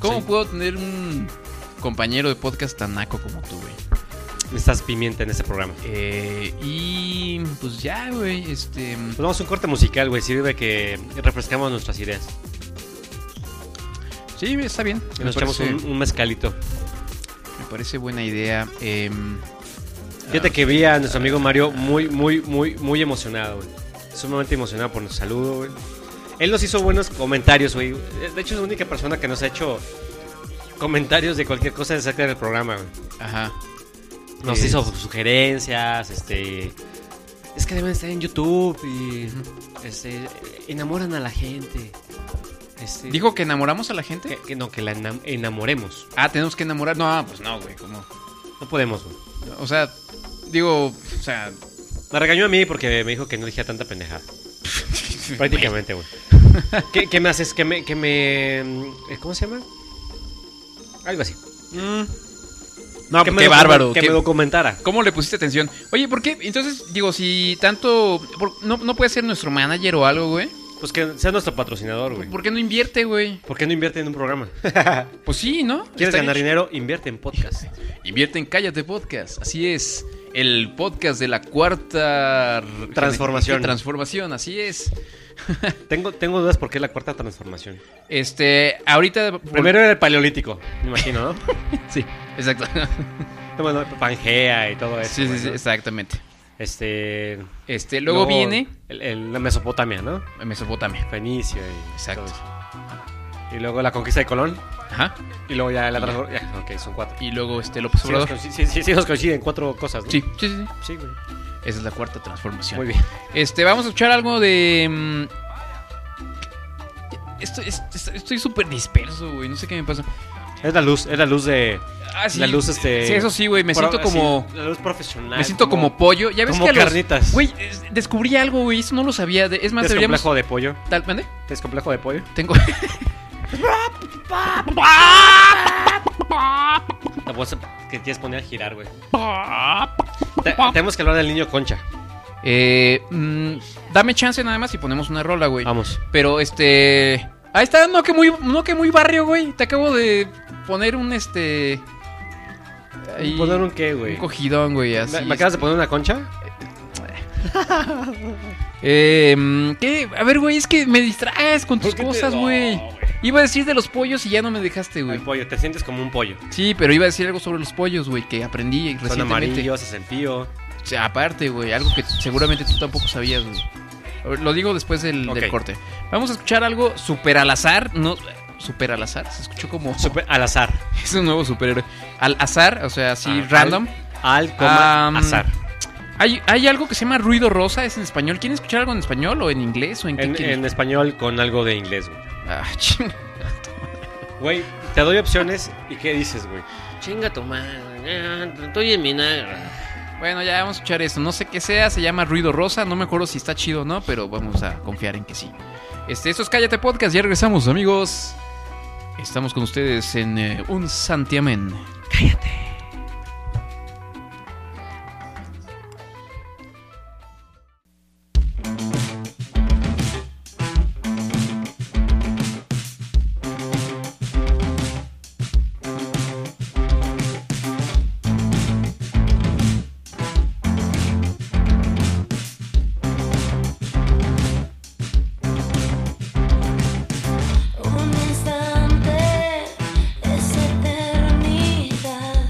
¿Cómo
Sí.
puedo tener un compañero de podcast tan naco como tú, güey?
Estás pimienta en este programa.
Eh, y pues ya, güey, este...
Pues vamos a un corte musical, güey. Sirve que refrescamos nuestras ideas.
Sí, está bien.
Y
Me
nos echamos
parece,
un, un mezcalito.
me parece buena idea. em,
Fíjate que vi a nuestro amigo Mario muy, muy, muy, muy emocionado, güey. Sumamente emocionado por nuestro saludo, güey. Él nos hizo buenos comentarios, güey. De hecho, es la única persona que nos ha hecho comentarios de cualquier cosa acerca del programa, güey.
ajá.
Nos
Sí.
hizo sugerencias, este... Es que deben estar en YouTube y... Este... Enamoran a la gente. Este...
¿Dijo que enamoramos a la
Que,
gente?
que no, que la enam- enamoremos.
Ah, tenemos que enamorar. No, pues no, güey, ¿cómo?
No podemos, güey.
O sea, digo, o sea...
Me regañó a mí porque me dijo que no dijera
*laughs*
tanta pendejada. Prácticamente, güey. ¿Qué, qué me haces? ¿Qué me, qué me. eh, ¿Cómo se llama? Algo así.
No,
Que
qué
Mm. me docu-
bárbaro.
Que
qué-
me documentara.
¿Cómo le pusiste atención? Oye, ¿por qué? Entonces, digo, si tanto... por- no, ¿No puede ser nuestro manager o algo, güey?
Pues que sea nuestro patrocinador, güey.
¿Por qué no invierte, güey?
¿Por qué no invierte en
*laughs*
un programa?
Pues sí, ¿no?
¿Quieres
Está
ganar
bien.
dinero? Invierte en podcast.
Invierte en Cállate Podcast. Así es. El podcast de la cuarta r-
Transformación.
Transformación, así es.
tengo, tengo dudas por qué la cuarta transformación.
Este, ahorita.
Primero era el paleolítico, me
*laughs*
imagino, ¿no?
Sí,
*laughs*
exacto.
bueno, Pangea y todo eso.
Sí, sí,
güey,
sí,
¿no?
exactamente.
Este.
Este, luego viene
el- el- la Mesopotamia, ¿no?
Mesopotamia.
Fenicio y.
Exacto.
todo eso. Y luego la conquista de Colón.
Ajá.
Y luego ya la
Y ya.
transformación. ok, son cuatro.
Y luego este López
Sí nos,
Obrador.
coinciden, sí, sí, sí nos coinciden cuatro cosas, ¿no?
Sí, sí, sí. sí.
Sí, güey.
Esa es la cuarta transformación.
Muy bien.
Este, vamos a escuchar algo de. mm, Estoy estoy- estoy súper disperso, güey. No sé qué me pasa.
Es la luz, es la luz de.
Ah, sí.
La luz, este.
Sí, eso sí, güey. Me
pro-
siento
así,
como.
la luz profesional.
Me siento como pollo. Ya ves
Ah, como
que a los-
carnitas.
Güey, es- descubrí algo, güey. Eso no lo sabía. De- Es más,
¿Tienes
deberíamos.
complejo de pollo?
Tal, ¿mande?
¿Tienes complejo de pollo?
Tengo.
La voz que quieres poner a girar, güey. Te- tenemos que hablar del niño concha.
Eh, mm, dame chance nada más y ponemos una rola, güey.
Vamos.
Pero este. Ahí está, no que muy, no que muy barrio, güey. Te acabo de poner un este. ahí,
¿Poner un qué, güey?
un cogidón, güey. Así.
¿Me, me acabas de poner una concha?
Eh, mm, ¿Qué? A ver, güey, es que me distraes con tus
¿Por qué te-
cosas,
No,
güey. Iba a decir de los pollos y ya no me dejaste, güey.
Al pollo, te sientes como un pollo.
Sí, pero iba a decir algo sobre los pollos, güey, que aprendí
Son
recientemente.
amarillos, hacen pío.
O sea, aparte, güey, algo que seguramente tú tampoco sabías, güey. A ver, Lo digo después del, del
Ok.
corte. Vamos a escuchar algo super al azar, no super al azar, se escuchó como *laughs*
Super- al azar.
es un nuevo superhéroe. Al azar, o sea, así
Ah, al-
random.
Al coma
Am,
azar.
Hay, hay algo que se llama ruido rosa, es en español. ¿Quieren escuchar algo en español o en inglés o en qué
En,
quieren?
en español con algo de inglés, güey.
Ah, *laughs* ching.
Güey, te doy opciones y ¿qué dices, güey?
Chinga tu madre. Estoy en vinagre.
Bueno, ya vamos a escuchar eso. No sé qué sea, se llama Ruido Rosa. No me acuerdo si está chido o no, pero vamos a confiar en que sí. Este, esto es Cállate Podcast. Ya regresamos, amigos. Estamos con ustedes en eh, un santiamén.
Un instante es eternidad.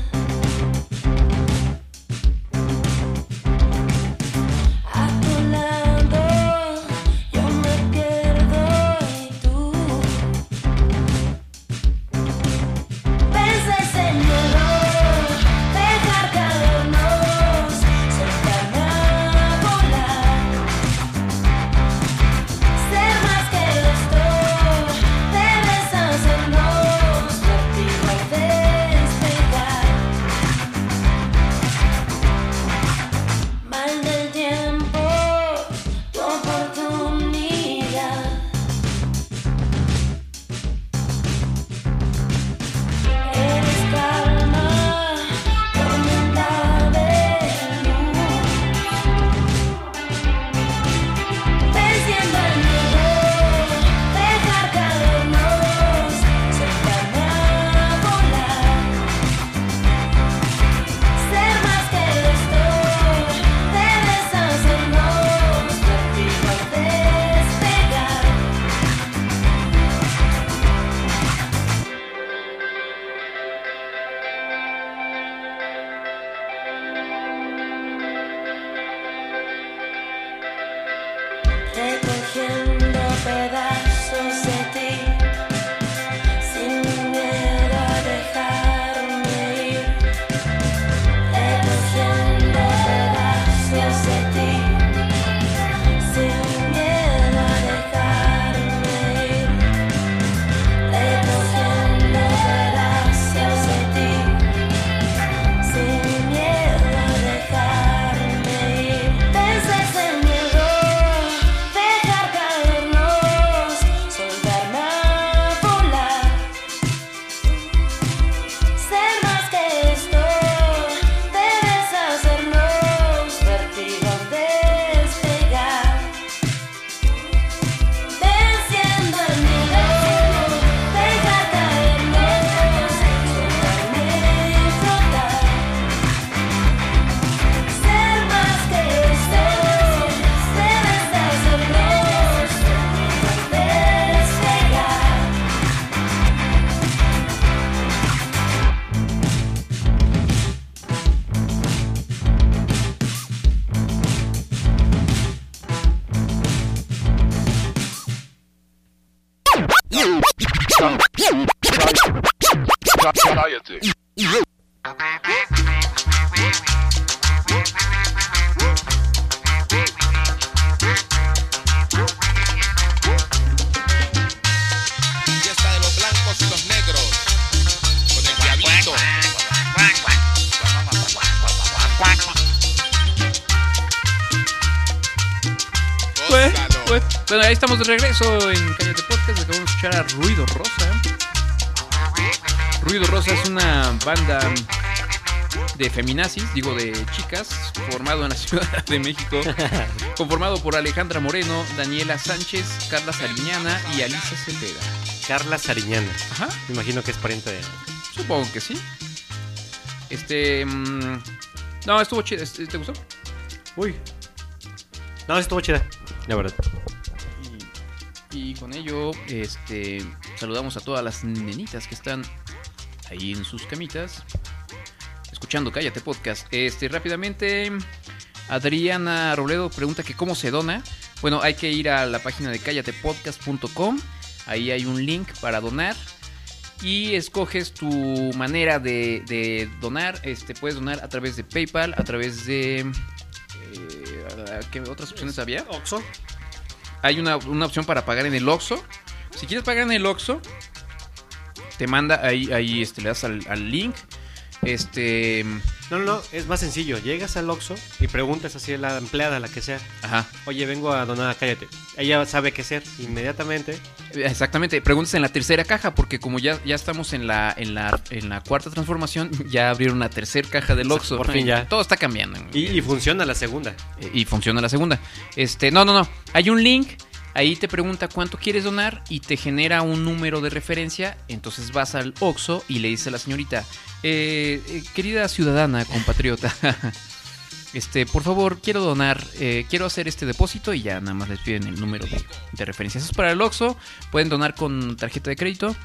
Society.
fiesta de los blancos y los negros. Con el diablito.
Pues,
Gózalo.
pues. Bueno, ahí estamos de regreso en Cállate Podcast. Acabamos de escuchar a Ruido Rosa. Ruido Rosa es una banda de feminazis, digo de chicas, formado en la *laughs* Ciudad de México, conformado por Alejandra Moreno, Daniela Sánchez, Carla Sariñana y Alicia Cervera.
Carla Sariñana.
Ajá.
Me imagino que es pariente de.
Supongo que sí. Este. mm, no, estuvo chido. Este, ¿Te gustó?
Uy. No, estuvo chida. La verdad.
Y con ello, este. Saludamos a todas las nenitas que están ahí en sus camitas. Escuchando Cállate Podcast. Este, rápidamente. Adriana Robledo pregunta que cómo se dona. Bueno, hay que ir a la página de cállatepodcast.com. Ahí hay un link para donar. y escoges tu manera de, de donar. Este, puedes donar a través de PayPal, a través de... eh, ¿Qué otras opciones había?
Oxo.
Hay una, una opción para pagar en el Oxxo. Si quieres pagar en el Oxxo, te manda ahí, ahí este, le das al, al link. Este...
No, no, no. Es más sencillo. Llegas al Oxo y preguntas así a la empleada, la que sea.
Ajá.
Oye, vengo a donar, cállate. Ella sabe qué hacer inmediatamente.
Exactamente, preguntas en la tercera caja, porque como ya, ya estamos en la, en la, en la cuarta transformación, *laughs* ya abrieron la tercera caja del Oxxo.
Por fin ya.
Todo está cambiando.
Y, y funciona la segunda.
y funciona la segunda. Este, no, no, no. Hay un link, ahí te pregunta cuánto quieres donar y te genera un número de referencia. Entonces vas al Oxxo y le dice a la señorita, eh, eh, querida ciudadana, compatriota, *laughs* este, por favor, quiero donar, eh, quiero hacer este depósito y ya nada más les piden el número de, de referencia. Eso es para el Oxxo, pueden donar con tarjeta de crédito.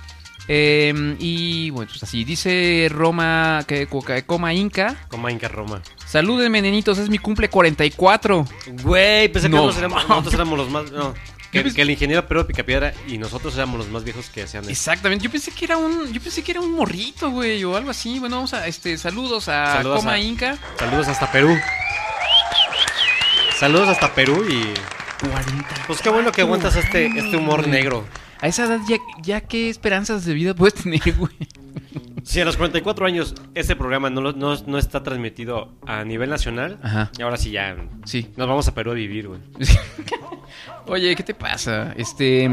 Eh, y bueno, pues así dice Roma, que Coca-Coma Inca.
Como Inca Roma.
Salúdenme, nenitos, es mi cumple 44.
Güey, pensé que
No.
nosotros éramos, nosotros éramos los más. No. Que, que el ingeniero Pedro Picapiedra y nosotros éramos los más viejos que hacían eso.
Exactamente, yo pensé que era un, yo pensé que era un morrito, güey, o algo así. Bueno, vamos a, este, saludos a
Saludos
Coma
a-
Inca.
Saludos hasta Perú. Saludos hasta Perú y. Pues qué bueno que aguantas este, este humor negro.
A esa edad ya, ya qué esperanzas de vida puedes tener, *laughs* güey.
Si a los 44 años este programa no, lo- no, no está transmitido a nivel nacional,
Ajá.
y ahora sí ya
Sí.
nos vamos a Perú a vivir, güey.
Oye, ¿qué te pasa? Este,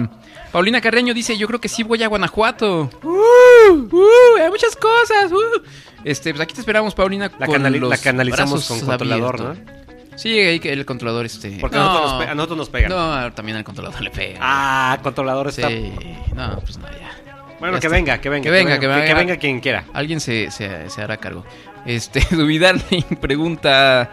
Paulina Carreño dice, yo creo que sí voy a Guanajuato. Uh, uh, hay muchas cosas. uh. Este, pues aquí te esperamos, Paulina.
La,
con
canali-
los
la canalizamos con
brazos
controlador,
abiertos.
¿no?
Sí, ahí que el controlador, este.
Porque a,
no,
nosotros nos pe- a nosotros nos pegan.
no, también al controlador le pega.
Ah, controlador está.
sí. No, pues no, ya.
Bueno,
Ya
que
está.
venga, que venga.
Que venga, que
Que,
venga.
venga quien quiera.
Alguien se, se- se hará cargo. Este, *laughs* Duvidani pregunta.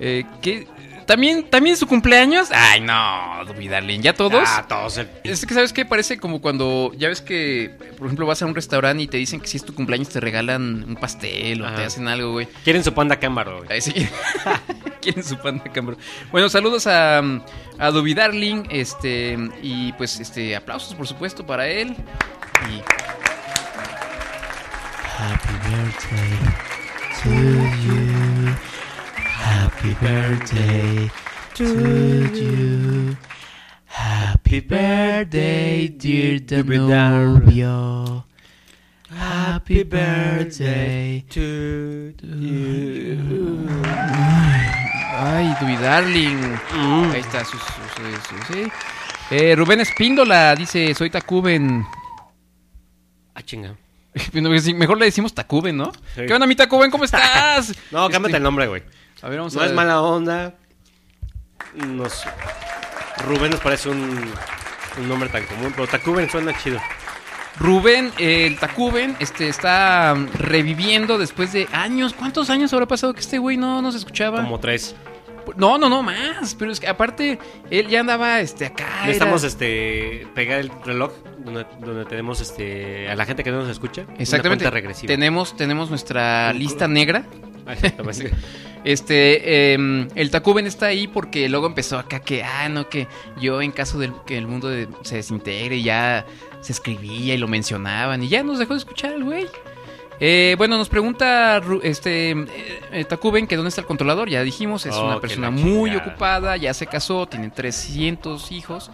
eh, ¿qué- ¿También, ¿También es su cumpleaños? Ay, no, Duvidarling. ¿Ya todos?
Ah, todos. el-
Es que, ¿sabes qué? Parece como cuando, ya ves que, por ejemplo, vas a un restaurante y te dicen que si es tu cumpleaños te regalan un pastel o
Ajá.
te hacen algo, güey.
Quieren su panda cámara, güey.
Ahí sí. *laughs* ¿Quién es su panda Cambro? Bueno, saludos a, mm, a Dubi Darling, este, y pues este, aplausos por supuesto para él. Y... Happy birthday to you. Happy birthday to you. Happy birthday, dear Danubio. Happy birthday Ay, Dewey Darling. Ahí está. su- su- su- su- sí. Eh, Rubén Espíndola dice, soy Tacuben.
Ah, chinga.
*laughs* Bueno, pues sí, Mejor le decimos Tacuben, ¿no?
Sí.
¿Qué onda, mi Tacuben?
*laughs*
¿Cómo estás?
No, cámbiate
Este,
el nombre, güey.
A ver, vamos
No
a
es mala onda. Nos... Rubén nos parece un, un nombre tan común, pero Tacuben suena chido.
Rubén, eh, el Tacuben, este, está mm, reviviendo después de años. ¿Cuántos años habrá pasado que este güey no nos escuchaba?
Como tres.
No, no, no, más. Pero es que aparte, él ya andaba este, acá.
Ya
era-
estamos este pegar el reloj donde, donde
*laughs*
tenemos este a la gente que no nos escucha. una
Exactamente.
cuenta regresiva.
Tenemos, tenemos nuestra
Un-
lista negra.
Ah, exactamente.
Este, em, el Tacuben está ahí porque luego empezó acá que, ah, no, que yo en caso del que el mundo de- se desintegre ya se escribía y lo mencionaban y ya nos dejó de escuchar el güey. Eh, bueno, nos pregunta Ru- este eh, eh, Tacuben que dónde está el controlador. Ya dijimos, es
Oh,
una
que
persona
la
muy
chingada.
ocupada, ya se casó, tiene 300 hijos.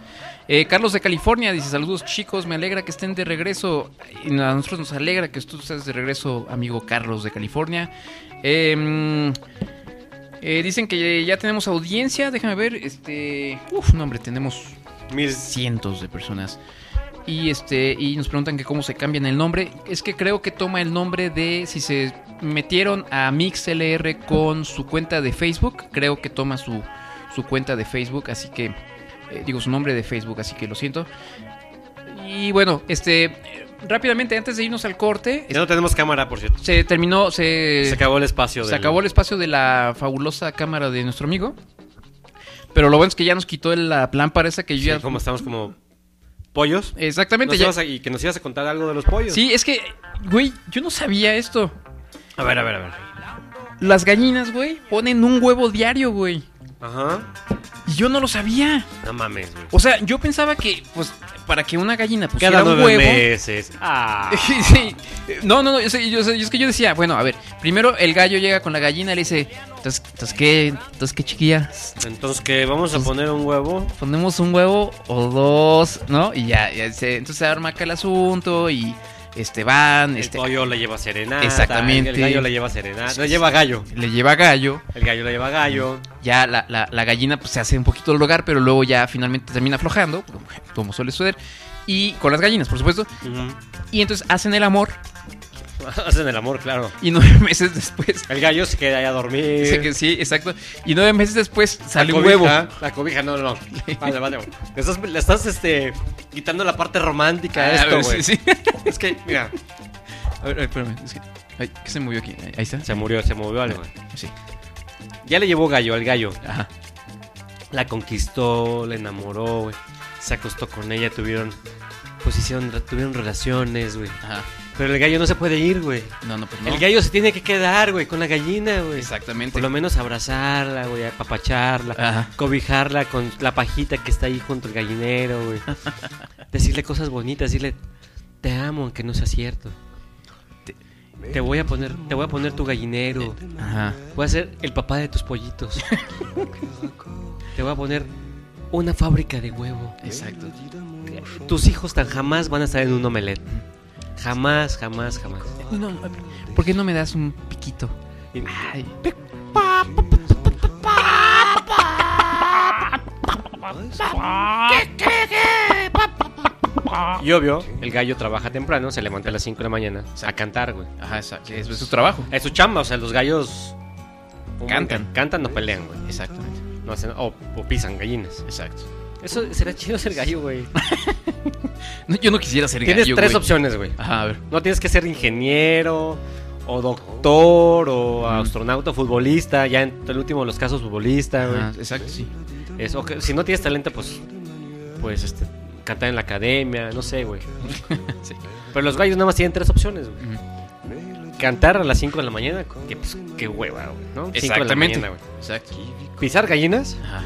Eh, Carlos de California dice, saludos chicos, me alegra que estén de regreso. Y a nosotros nos alegra que tú estés de regreso, amigo Carlos de California. Eh, eh, dicen que ya tenemos audiencia, déjame ver, este... Uf, no hombre, tenemos
Mil-
cientos de personas. Y este y nos preguntan que cómo se cambian el nombre. Es que creo que toma el nombre de si se metieron a MixLR con su cuenta de Facebook, creo que toma su su cuenta de Facebook, así que eh, digo su nombre de Facebook, así que lo siento. Y bueno, este eh, rápidamente antes de irnos al corte,
Ya no tenemos cámara, por cierto.
se terminó se
Se acabó el espacio.
Eh, se
del-
acabó el espacio de la fabulosa cámara de nuestro amigo. Pero lo bueno es que ya nos quitó la lámpara esa que yo
Sí,
ya
como estamos como pollos.
Exactamente,
Nos
ya-
ibas a- y que nos ibas a contar algo de los pollos.
Sí, es que, güey, yo no sabía esto.
A ver, a ver, a ver.
Las gallinas, güey, ponen un huevo diario, güey.
Ajá.
Y yo no lo sabía.
No mames, güey.
O sea, yo pensaba que, pues, para que una gallina pusiera
Cada
un
nueve
huevo.
meses. Ah.
*laughs* Sí. No, no, no, yo sé- yo sé- yo- es que yo decía, bueno, a ver, primero el gallo llega con la gallina y le dice, "Entonces, entonces qué, entonces qué chiquilla,
Entonces, que vamos a poner un huevo.
ponemos un huevo o dos, ¿no? Y ya, ya se- entonces se arma acá el asunto y este van,
El
este
pollo le lleva serenata.
Exactamente.
El gallo le lleva serenata. Le lleva gallo.
le lleva gallo.
El gallo le lleva gallo.
ya la, la- la gallina pues, se hace un poquito del hogar, pero luego ya finalmente termina aflojando, como- como suele suceder. Y con las gallinas, por supuesto.
Ujú.
Y entonces hacen el amor
Hacen el amor, claro.
y *laughs* nueve meses después...
El gallo se queda ahí a dormir.
dice que sí, exacto. Y nueve meses después
La
sale un
cobija,
huevo. Ah,
La cobija, no, no, no. Vale, vale. Le estás, le estás este, quitando la parte romántica a
Ah,
esto,
a ver,
güey.
sí, sí.
Es que, mira.
A ver, a ver, espérame. es que- ay, ¿Qué se movió aquí? Ahí ahí está.
Se murió, se movió algo.
Sí.
Ya le llevó gallo al gallo.
Ajá.
La conquistó, la enamoró, güey. Se acostó con ella, tuvieron. Pues hicieron, tuvieron relaciones, güey.
Ajá.
Pero el gallo no se puede ir, güey.
No, no, pues no.
El gallo se tiene que quedar, güey, con la gallina, güey.
Exactamente.
Por lo menos abrazarla, güey, apapacharla,
Ajá.
cobijarla con la pajita que está ahí junto al gallinero, *laughs* güey. decirle cosas bonitas, decirle te amo aunque no sea cierto. Te, te voy a poner, te voy a poner tu gallinero.
Ajá.
Voy a ser el papá de tus pollitos. te voy a poner una fábrica de huevo.
Exacto.
Tus hijos tan jamás van a estar en un omelette. Jamás, jamás, jamás.
No, ¿Por qué no me das un piquito?
Y-
Ay.
Y obvio, el gallo trabaja temprano, se levanta a las 5 de la mañana a cantar, güey.
Ajá, exacto. Es, es su trabajo.
Es su chamba, o sea, los gallos
Cantan.
Cantan, no pelean, güey.
Exactamente.
No hacen, o, o pisan gallinas.
Exacto.
Eso será chido ser gallo, güey.
No, yo no quisiera ser
Tienes
gallo,
tres
güey.
opciones, güey.
Ajá, a ver.
No tienes que ser ingeniero, o doctor, o astronauta, futbolista. Ya en el último de los casos, futbolista, güey.
Ajá, exacto, sí.
Es- o que- si no tienes talento, pues, pues, este, cantar en la academia, no sé, güey.
*laughs* Sí.
Pero los gallos nada más tienen tres opciones, güey. Cantar a las 5 de la mañana, que pues, qué hueva, güey, ¿no? Cinco de la
Exactamente.
mañana, güey.
Exacto.
Pisar gallinas
Ajá.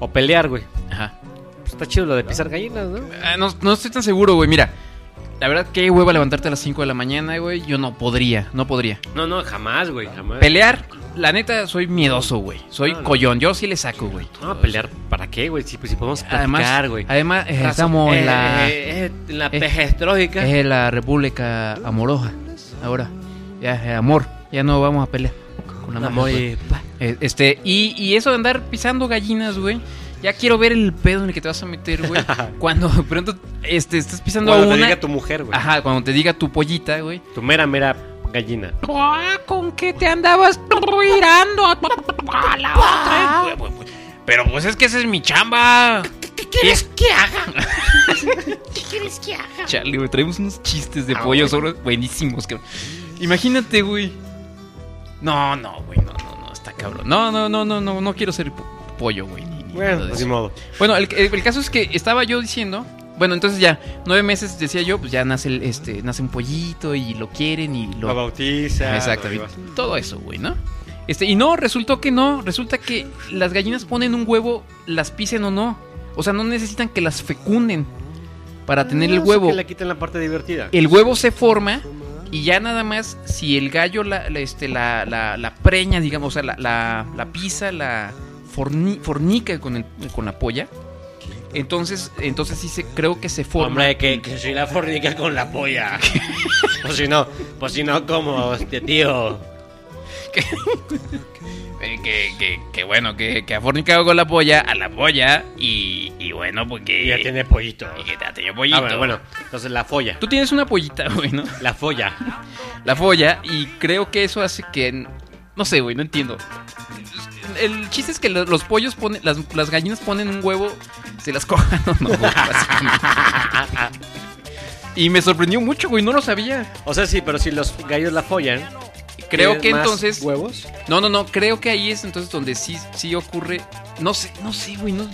o pelear, güey.
Ajá.
Pues, está chido lo de pisar gallinas, ¿no?
Ah, no, no estoy tan seguro, güey. Mira, la verdad, qué hueva levantarte a las 5 de la mañana, güey. Yo no podría, no podría.
No, no, jamás, güey, jamás.
Pelear, la neta, soy miedoso, güey. Soy
Ah, no.
collón. Yo sí le saco, güey.
no, pelear, ¿para qué, güey? Si, pues, si podemos
Además,
platicar, güey.
además eh, estamos en la,
eh, eh, en la
eh,
pejestrógica.
es en la República Amorosa. Ahora, ya es el amor. Ya no vamos a pelear. Con la
Amor
madre, güey.
y pa-
Eh, Este, y, y eso de andar pisando gallinas, güey. Ya quiero ver el pedo en el que te vas a meter,
*laughs*
güey. cuando de pronto este, estás pisando a
Cuando
una.
te diga tu mujer, güey.
Ajá, cuando te diga tu pollita, güey.
Tu mera, mera gallina.
Ah,
¿Con qué te andabas mirando? A la otra.
Pero pues es que esa es mi chamba.
¿Qué quieres que haga? *laughs* ¿Qué quieres que haga? Ah,
Chale, güey, traemos unos chistes de pollo sobre buenísimos, cabrón. Imagínate, güey. No, no, güey, no, no, no, está cabrón. No, no, no, no, no, no quiero ser po- pollo, güey. ni- ni nada
Bueno,
de
pues
eso.
ni modo.
Bueno, el, el- el caso es que estaba yo diciendo. Bueno, entonces ya, nueve meses decía yo, pues ya nace el, este, nace un pollito y lo quieren y
Lo
lo.
bautiza.
Exactamente. Todo eso, güey, ¿no? Este, y no, resultó que no. Resulta que las gallinas ponen un huevo, las pisen o no. O sea, no necesitan que las fecunden para tener el huevo.
Ah,
Que le quiten la parte divertida.
El huevo se forma Y ya nada más, si el gallo la, la, este, la, la- la preña, digamos, o sea, la, la- la pisa, la forni- fornica con, el, con la polla, entonces, entonces sí se, creo que se forma.
Hombre, que, que soy la fornica con la *laughs* polla. pues si no, pues si no, como este tío.
Eh, que, que- que bueno, que, que ha fornicado con la polla, a la polla, y, y bueno, pues que.
Y ya tiene pollito.
y que ya tiene
Ah,
pollito.
bueno, bueno, entonces la folla.
Tú tienes una pollita, *laughs* güey, ¿no?
La folla.
La folla, y creo que eso hace que. No sé, güey, no entiendo. El chiste es que lo- los pollos ponen. Las, las gallinas ponen un huevo, se las cojan *laughs* o no, güey, básicamente. Y me sorprendió mucho, güey, no lo sabía.
O sea, sí, pero si los gallos la follan.
Creo
¿tienen
que
más
entonces.
¿Huevos?
No, no, no, creo que ahí es entonces donde sí, sí ocurre. No sé, no sé, güey, no.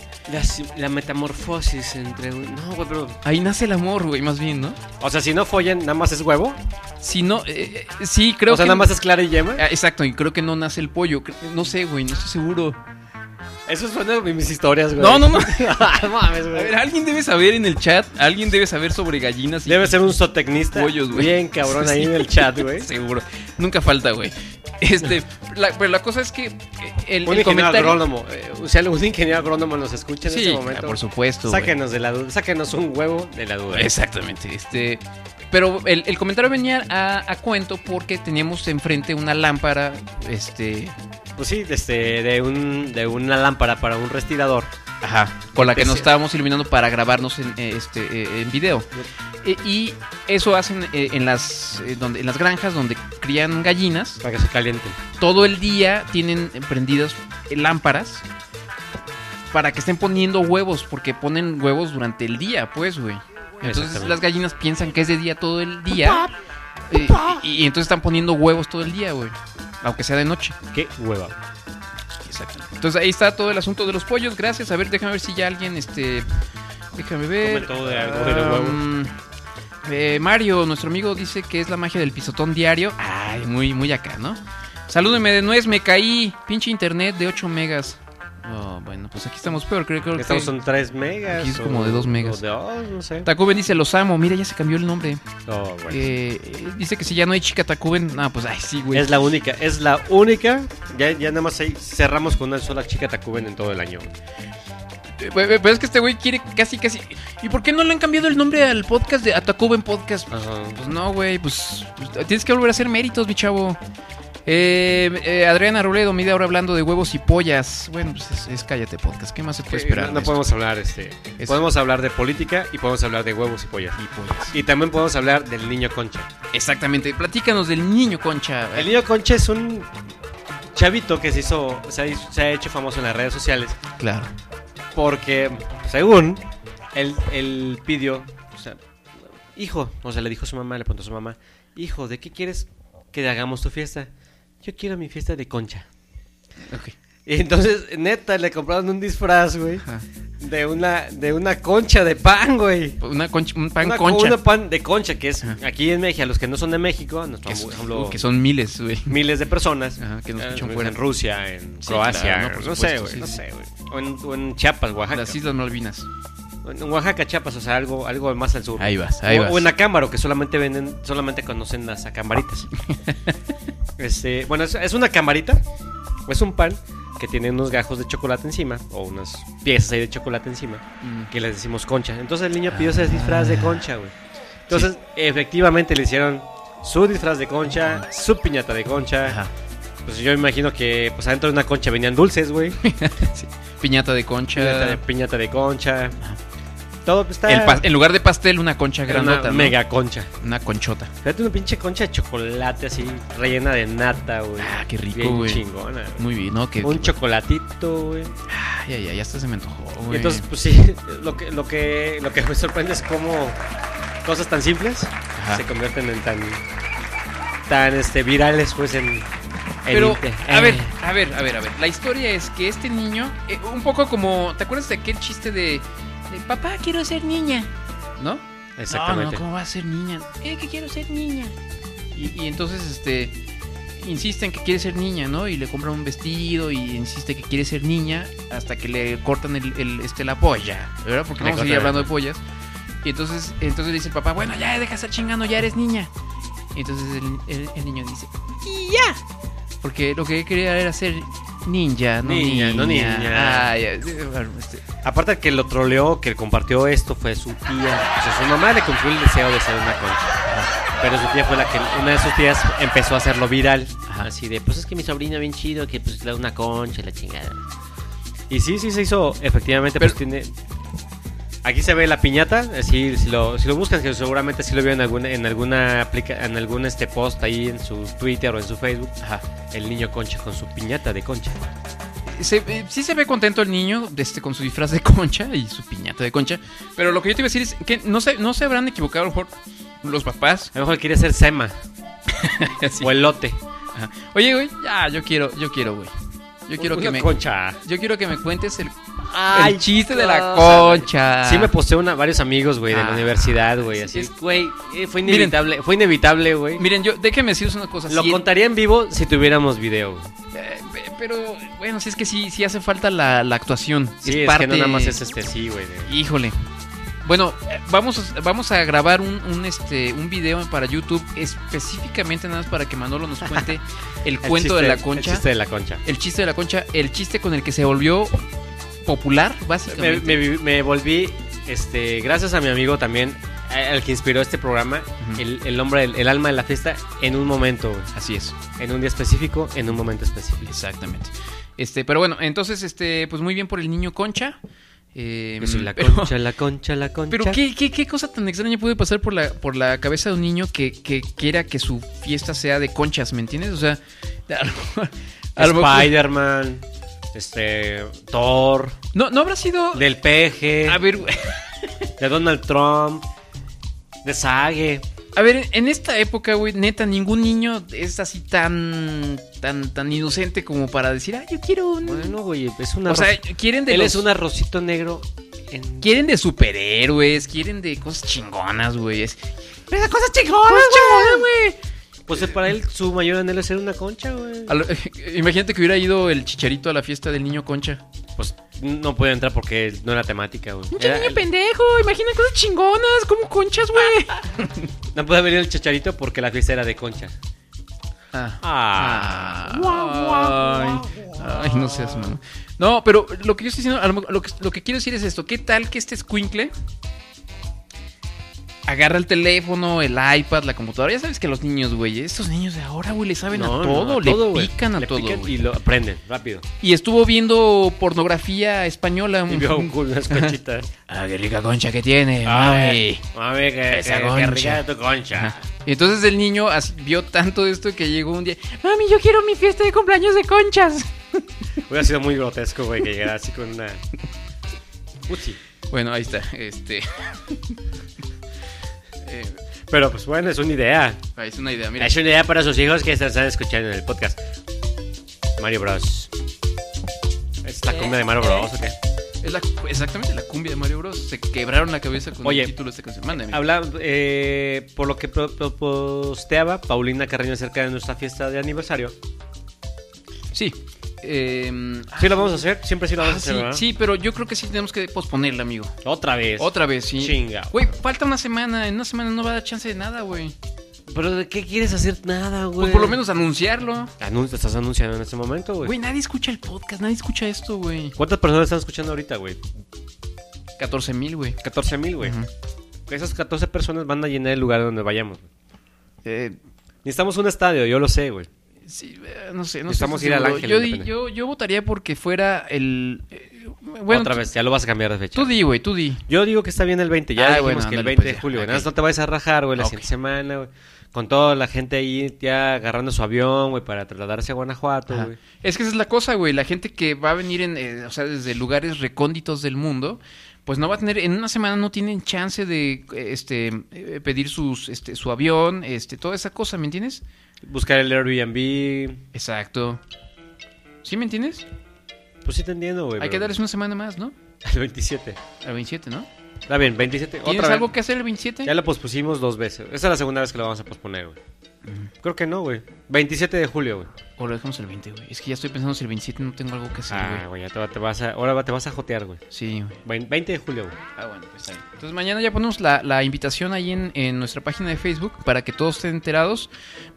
La, metamorfosis entre. No, güey, pero.
Ahí nace el amor, güey, más bien, ¿no?
O sea, si no follan, nada más es huevo.
Si no, eh, eh, sí, creo
o sea,
que.
nada más es clara y yema.
Ah, Exacto, y creo que no nace el pollo. Cre- No sé, güey, no estoy seguro.
Eso suena a mis historias, güey.
No,
Ah,
no,
*laughs*
no.
no mames,
A
güey.
ver, alguien debe saber en el chat, alguien debe saber sobre gallinas y
Debe ser un zootecnista.
pollos, güey.
Bien cabrón ahí
Sí.
en el chat,
*laughs*
güey.
seguro. Nunca falta, güey. Este, la- pero la cosa es que eh, el,
Un
el
ingeniero
comentario.
agrónomo. eh, o sea, un ingeniero agrónomo nos escucha en
Sí,
este
ah,
momento.
por supuesto. güey.
Sáquenos de la duda. Sáquenos un huevo de la duda.
Exactamente, este. Pero el, el comentario venía a, a cuento porque teníamos enfrente una lámpara, este,
Pues sí, este, de, un, de una lámpara para un respirador.
Ajá, con la que nos
Empecé.
estábamos iluminando para grabarnos en, eh, este, eh, en video. E- y eso hacen eh, en, las, eh, donde, en las granjas donde crían gallinas.
Para que se calienten.
Todo el día tienen prendidas eh, lámparas para que estén poniendo huevos, porque ponen huevos durante el día, pues, güey. Entonces
Exactamente.
las gallinas piensan que es de día todo el día. eh, y, y entonces están poniendo huevos todo el día, güey. Aunque sea de noche.
Qué hueva.
Exacto. Entonces ahí está todo el asunto de los pollos. Gracias. A ver, déjame ver si ya alguien, este, déjame ver.
Comentó de algo de los huevos.
Um, eh, Mario, nuestro amigo, dice que es la magia del pisotón diario. Ay, muy, muy acá, ¿no? Salúdeme de nuez, me caí. Pinche internet de 8 megas. Oh, bueno, pues aquí estamos peor, creo, creo que.
Estamos en 3 megas.
Aquí es
o-
como de dos megas.
o de dos, no sé.
Tacuben dice, los amo. Mira, ya se cambió el nombre.
No, bueno.
Eh, eh, dice que si ya no hay chica Tacuben. No, pues, ay, sí, güey.
Es la única, es la única. Ya, ya nada más ahí cerramos con una sola chica Tacuben en todo el año. güey.
Eh, güey, Pero es que este güey quiere casi, casi. ¿Y por qué no le han cambiado el nombre al podcast de a Tacuben Podcast? Pues no, güey, pues, pues, tienes que volver a hacer méritos, mi chavo. Eh, eh, Adriana Robledo, media hora hablando de huevos y pollas. Bueno, pues es, es cállate podcast. ¿Qué más se puede
Eh,
esperar?
no-
de
no
esto?
podemos hablar, este.
Es-
Podemos hablar de política y podemos hablar de huevos y pollas.
Y pollas.
Y también podemos hablar del niño concha.
Exactamente. Platícanos del niño concha.
El niño concha es un chavito que se hizo, se ha, se ha hecho famoso en las redes sociales
Claro.
porque, según, él, él pidió, o sea, hijo, o sea, le dijo a su mamá, le preguntó a su mamá, hijo, ¿de qué quieres que hagamos tu fiesta? Yo quiero mi fiesta de concha.
Ok.
Y entonces, neta, le compraron un disfraz, güey,
Ajá.
de una, de una concha de pan, güey.
Una concha, un pan
Una-
concha.
Una pan de concha, que es
Ajá.
aquí en México, a los que no son de México, a nuestro
que, son-
pueblo-
que son miles, güey.
miles de personas
Ajá, que nos
eh,
escuchan
en
fuera.
Rusia, en
Ah, Sí,
Croacia,
claro, no,
no,
por
sé,
supuesto,
güey,
sí,
no
sí.
sé, güey. O en, o en Chiapas, Oaxaca.
Las Islas Malvinas.
En en Oaxaca, Chiapas, o sea, algo, algo más al sur.
Ahí vas, ahí
o,
vas.
o en Acámbaro, que solamente venden, solamente conocen
*laughs*
las acambaritas. este, bueno, es, es una camarita, es un pan que tiene unos gajos de chocolate encima, o unas piezas ahí de chocolate encima
Mm.
que les decimos concha. Entonces el niño pidió ese disfraz
Ah.
de concha, güey. Entonces, efectivamente le hicieron su disfraz de concha, su piñata de concha.
Ajá.
Pues yo imagino que pues adentro de una concha venían
*laughs*
dulces, güey.
Piñata de concha.
Piñata de, piñata de concha. Todo pues, está
El pas- en lugar de pastel, una concha
era
grandota.
una
¿no?
mega concha.
Una conchota.
Fíjate una pinche concha de chocolate así, rellena de nata, güey.
Ah, qué rico,
Bien
güey.
chingona. güey.
Muy bien, ¿no? Que,
Un
que-
chocolatito, güey.
Ay, ay, ay, hasta se me antojó,
Y
güey.
entonces, pues sí, *laughs* lo que, lo que, lo que me sorprende es cómo cosas tan simples
Ajá.
se convierten en tan, tan este, virales, pues en. en
Pero,
inter-
a
eh,
ver, a ver, a ver, a ver. La historia es que este niño, eh, un poco como, ¿te acuerdas de aquel chiste de, de, papá, quiero ser niña? ¿No? No,
Exactamente.
no, ¿cómo va a ser niña? Eh, que quiero ser niña. Y, y entonces, este, insisten que quiere ser niña, ¿no? Y le compran un vestido y insiste que quiere ser niña hasta que le cortan el, el, este, la polla, ¿verdad? Porque
Le
vamos a seguir
cortan
hablando de pollas. Y entonces, entonces le dice el papá, bueno, ya deja de estar chingando, ya eres niña. Y entonces el, el- el niño dice, ¡ya! Porque lo que quería era ser ninja, no
Niña,
niña.
no niña.
Ay, ay, bueno, este,
Aparte el que lo troleó, que compartió esto, fue su tía. O sea, su mamá le cumplió el deseo de ser una concha. Pero su tía fue la que, una de sus tías empezó a hacerlo viral. Así de, pues es que mi sobrina bien chido, que pues le da una concha, y la chingada. Y sí, sí se hizo, efectivamente, pues tiene... Aquí se ve la piñata, así, si lo, si lo buscan, que seguramente sí lo vieron en alguna, en alguna aplica, en algún este post ahí en su Twitter o en su Facebook. El niño concha con su piñata de concha.
se- eh, sí se ve contento el niño este, con su disfraz de concha y su piñata de concha. Pero lo que yo te iba a decir es que no se, no se habrán equivocado a lo mejor los
*laughs*
papás.
A lo mejor quiere ser Sema
Así.
o elote.
Ajá. Oye, güey, ya, yo quiero, yo quiero, güey. Yo quiero
Una
que me...
concha.
Yo quiero que me cuentes el, el
Ay,
chiste de la
cosa, güey.
concha.
Sí me posteó una, varios amigos, güey, de la
Ah.
universidad, güey. Así
Es-
güey, eh, fue
Miren.
inevitable, fue inevitable, güey.
Miren, yo déjenme deciros una cosa.
Lo
sí,
contaría en vivo si tuviéramos video. güey.
eh, pe- pero bueno, si es que sí, sí hace falta la, la actuación.
Sí, es, que no nada más es este sí, güey. de-
Híjole. Bueno, eh, vamos a, vamos a grabar un, un, este un video para YouTube específicamente nada más para que Manolo nos
*laughs*
cuente el
el
cuento
chiste-
de la
El
concha,
chiste de la concha.
el chiste de la concha, el chiste con el que se volvió popular
Me,
básicamente.
me vi- me volví, este, gracias a mi amigo también, a- al que inspiró este programa,
Ujú.
el, el hombre, el, el alma de la fiesta, en un momento, güey.
Así es.
En un día específico, en un momento específico.
Exactamente. Este, pero bueno, entonces, este, pues muy bien por el niño concha. Eh,
Yo soy Pues la
pero-
concha, la concha, la concha.
Pero ¿qué, qué, qué cosa tan extraña puede pasar por la, por la cabeza de un niño que, que quiera que su fiesta sea de conchas, ¿me entiendes? O sea, a lo mejor- a lo mejor-
Spider-Man, este, Thor,
No, no habrá sido...
del peje,
A ver, güey,
de Donald Trump, de Sage.
a ver, en esta época, güey, neta, ningún niño es así tan, tan, tan inocente como para decir, ah, yo quiero un...
Bueno, güey, es una.
o sea, quieren de
él
los-
es un arrocito negro. En...
Quieren de superhéroes, quieren de cosas chingonas, güey. Es-
Pero esas cosas chingonas, güey.
Pues eh, para él, su mayor anhelo es ser una concha, güey.
a lo- *laughs* Imagínate que hubiera ido el chicharito a la fiesta del niño concha.
Pues no puede entrar porque no era temática, güey.
Pinche
Era-
niño pendejo, imagina cosas chingonas, como
*laughs*
conchas, güey.
no puede venir el chacharito porque la fiesta era de concha.
Ah. Ay,
Ah.
ay, no seas mamá. No, pero lo que yo estoy diciendo, a lo mejor- lo que, lo que quiero decir es esto: ¿qué tal que este escuincle agarra el teléfono, el iPad, la computadora? Ya sabes que los niños, güey, estos niños de ahora, güey, le saben
No,
a
no,
todo, le
güey.
pican a
Le
todo.
pican
güey.
y lo aprenden rápido.
Y estuvo viendo pornografía española.
Y vio un culo,
*laughs*
unas conchitas.
Ah, qué rica concha que tiene, mami.
Mami, que,
Esa
que- que
concha.
rica tu concha.
Ajá. Y entonces el niño as- vio tanto esto que llegó un día. "Ah".
Mami, yo quiero mi fiesta de cumpleaños de conchas.
Hubiera sido muy grotesco, güey, que llegara así con una. Uchi.
Bueno, ahí está. Este. *laughs* Eh,
Pero pues bueno, es una idea.
ahí es una idea. Mira,
Es una idea para sus hijos que se están escuchando en el podcast. Mario Bros. Es la cumbia de Mario Bros. ¿o qué?
es la- exactamente la cumbia de Mario Bros. Se quebraron la cabeza con
Oye,
el título de esta canción. Mándame.
Habla, eh, por lo que pro- pro- posteaba Paulina Carreño acerca de nuestra fiesta de aniversario.
Sí. Em,
¿Sí lo vamos a hacer? Siempre sí lo vamos
ah,
a
sí,
hacer, ¿verdad?
sí, pero yo creo que sí tenemos que posponerla, amigo.
Otra vez.
Otra vez, sí.
Chinga.
Güey, falta una semana. En una semana no va a dar chance de nada, güey.
¿Pero de qué quieres hacer nada, güey?
Pues por lo menos anunciarlo.
Anun- estás anunciando en este momento,
Güey, nadie escucha el podcast, nadie escucha esto, güey.
¿Cuántas personas están escuchando ahorita, güey?
14 mil, güey.
14 mil, güey.
Ujú.
Esas 14 personas van a llenar el lugar donde vayamos. güey. Eh. Necesitamos un estadio, yo lo sé, güey.
Sí, eh, no sé, no
Necesitamos
sé.
ir al
seguro.
Ángel,
yo, di-
depende.
yo, yo votaría porque fuera el. eh, bueno,
Otra
tú-
vez, ya lo vas a cambiar de fecha.
Tú di, güey, tú di.
Yo digo que está bien el 20, ya
Ah,
dijimos
bueno,
que el
ándale,
20
pues,
de
ya,
julio. güey. Nada
ok.
más no te vayas a rajar, güey, la
Ok.
siguiente semana, güey. Con toda la gente ahí ya agarrando su avión, güey, para trasladarse a Guanajuato,
Ajá.
güey.
Es que esa es la cosa, güey. La gente que va a venir en, eh, o sea, desde lugares recónditos del mundo, pues no va a tener, en una semana no tienen chance de, eh, este, eh, pedir sus, este, su avión, este, toda esa cosa, ¿me entiendes?
Buscar el Airbnb.
Exacto. ¿Sí me entiendes?
Pues sí te entiendo, güey.
Hay
pero- *laughs*
que darles una semana más, ¿no?
El 27.
Al 27, ¿no?
Está bien, 27.
¿Tienes
Otra
algo
vez.
que hacer el 27?
Ya lo pospusimos dos veces. Esta es la segunda vez que lo vamos a posponer, güey. Creo que no, güey. 27 de julio, güey.
O lo dejamos el 20, güey. Es que ya estoy pensando si el 27 no tengo algo que hacer,
Ah,
güey.
güey, ya te, va- te vas a, ahora va- te vas a jotear, güey.
Sí, güey.
Vein- 20 de julio, güey.
Ah, bueno, pues está bien. Entonces mañana ya ponemos la, la invitación ahí en, en nuestra página de Facebook para que todos estén enterados.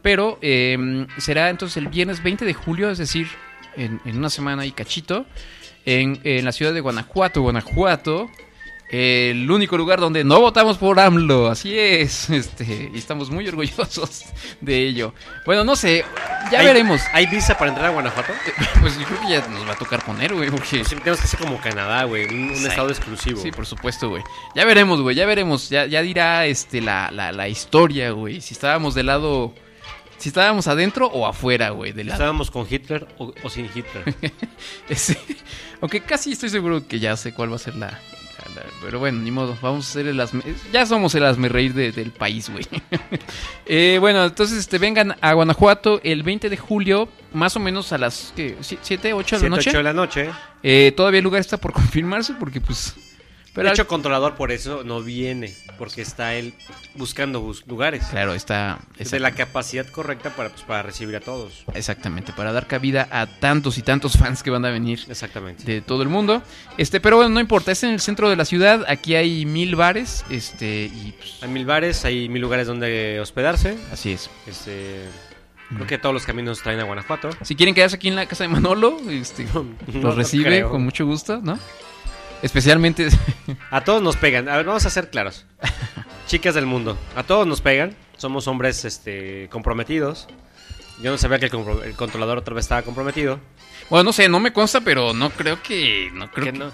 Pero eh, será entonces el viernes 20 de julio, es decir, en, en una semana y cachito, en, en la ciudad de Guanajuato, Guanajuato. El único lugar donde no votamos por AMLO, así es, *laughs* este, y estamos muy orgullosos de ello. Bueno, no sé, ya
¿Hay-
veremos. *laughs*
¿Hay visa para entrar a Guanajuato? Pues
Pues yo creo que ya nos va a tocar poner, güey, porque...
Sí, tenemos que ser como Canadá, güey. Un, un
Sí.
estado exclusivo.
Sí, por supuesto, güey. Ya veremos, güey, ya veremos. Ya, ya dirá este, la, la, la historia, güey. Si estábamos del lado... Si estábamos adentro o afuera, güey. Del lado...
¿Estábamos con Hitler o, o sin *laughs* Hitler?
*laughs* Sí. Aunque casi estoy seguro que ya sé cuál va a ser la... la- la- Pero bueno, ni modo, vamos a hacer el asme... Ya somos el asme reír del país, güey. *laughs* Eh, bueno, entonces este, vengan a Guanajuato el 20 de julio, más o menos a las ¿qué? ¿Sie- ¿7, 8 de la
Siete,
noche.
ocho de la noche.
Eh, todavía el lugar está por *laughs* confirmarse porque pues... Pero
de
al-
hecho, controlador por eso no viene, porque está él buscando bus- lugares.
Claro, está...
Es de la capacidad correcta para, pues, para recibir a todos.
Exactamente, para dar cabida a tantos y tantos fans que van a venir
Exactamente.
de todo el mundo. Este, pero bueno, no importa, es en el centro de la ciudad, aquí hay mil bares, este, y pues,
Hay mil bares, hay mil lugares donde hospedarse.
así es.
Este, creo que todos los caminos traen a Guanajuato. *laughs*
Si quieren quedarse aquí en la casa de Manolo, este,
No, no
los recibe
creo.
con mucho gusto, ¿no? Especialmente, *laughs*
A todos nos pegan. A ver, vamos a ser claros. Chicas del mundo, a todos nos pegan. Somos hombres este, comprometidos. Yo no sabía que el, compro- el controlador otra vez estaba comprometido.
bueno, no sé, no me consta, pero no creo que, no creo
Que
que-
no.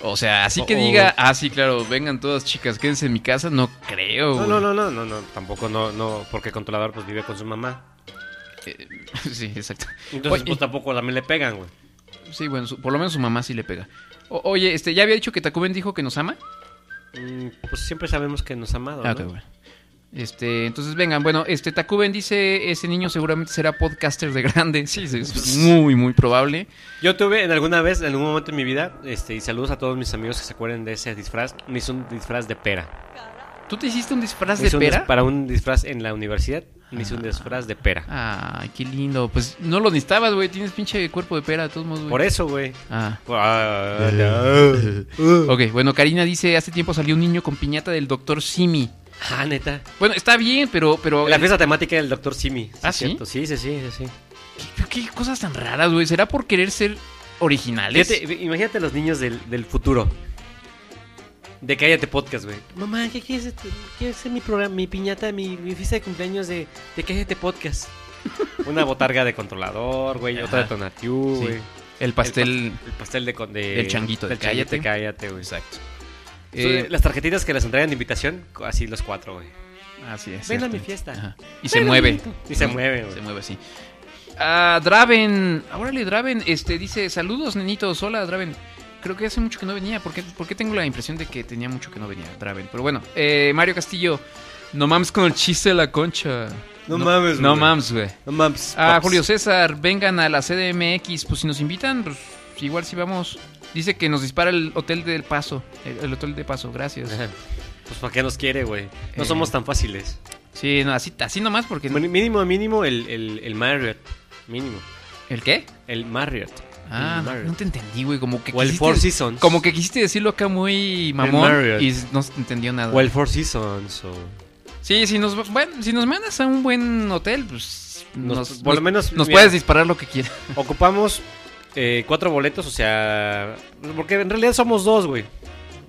o sea, así que
O- o-
diga, ah, sí, claro, vengan todas chicas, quédense en mi casa, no creo.
No,
güey.
no, no, no, no, no, tampoco no, no, porque el controlador pues vive con su mamá.
Eh, *laughs* sí, exacto.
Entonces
Oye,
pues tampoco también le pegan, güey.
Sí, bueno, su- por lo menos su mamá sí le pega. O- oye, este, ¿ya había dicho que Tacuben dijo que nos ama?
Mm, Pues siempre sabemos que nos ha amado,
Ah,
¿no?
ok, bueno. Este, entonces vengan, bueno, este Tacuben dice, ese niño seguramente será podcaster de grande, sí, sí,
*laughs*
es muy, muy probable.
Yo tuve en alguna vez, en algún momento en mi vida, este, y saludos a todos mis amigos que se acuerden de ese disfraz, me hice un disfraz de pera.
¿Tú te hiciste un disfraz
Me hice
de
un dis-
pera? Ah.
para un disfraz en la universidad, me hice un disfraz de pera.
Ay, qué lindo, pues no lo necesitabas, güey, tienes pinche cuerpo de pera, de todos modos, güey.
Por eso, güey.
Ah,
Ah, no.
ok, bueno, Karina dice, hace tiempo salió un niño con piñata del doctor Simi.
Ah, neta.
Bueno, está bien, pero... pero
La fiesta temática del Dr. Simi.
Ah,
es
¿sí?
cierto. Sí, sí, sí, sí, sí.
¿Qué cosas tan raras, güey? ¿Será por querer ser originales?
Fíjate, imagínate los niños del, del futuro. De Cállate Podcast, güey. Mamá, ¿qué quieres? hacer? Quiero hacer mi programa, mi piñata, mi, mi fiesta de cumpleaños de, de
*laughs*
Cállate Podcast. Una botarga de controlador, güey. Otra de
Ajá.
Tonatiuh,
Sí.
güey.
El pastel...
El, pas- el pastel de, con- de-
del changuito de
del changuito
Cállate.
de Cállate, güey.
Exacto. eh,
Son Las tarjetitas que les entregan de invitación, así los cuatro, güey.
así es.
Ven a
exactamente.
mi fiesta.
Ajá. Y se mueve.
Y se mueve,
Se
güey.
mueve así. Ah, Draven. Órale, Draven. Este dice: Saludos, nenitos. Hola, Draven. Creo que hace mucho que no venía. ¿Por qué, por qué tengo la impresión de que tenía mucho que no venía, Draven? Pero bueno, eh, Mario Castillo. No mames con el chiste de la concha.
No mames,
No
güey.
mames, güey.
No mames.
Ah,
paps.
Julio César, vengan a la CDMX. Pues si nos invitan, pues igual si vamos. Dice que nos dispara el hotel del paso. El, el hotel de paso, gracias.
Pues para qué nos quiere, güey. No
Eh.
somos tan fáciles.
Sí, no, así, así nomás porque.
Mini- Mínimo, mínimo el, el, el Marriott. Mínimo.
¿El qué?
El Marriott.
Ah,
El Marriott.
no te entendí, güey. Como que
O el
quisiste-
Four Seasons.
Como que quisiste decirlo acá muy mamón
Marriott.
y no se entendió nada.
O el Four
*laughs*
Seasons. o-
Sí, si nos, bueno, si nos mandas a un buen hotel, pues nos,
Nos- por lo menos,
nos
mira.
puedes disparar lo que quieras.
Ocupamos eh, cuatro boletos, o sea. Porque en realidad somos dos, güey.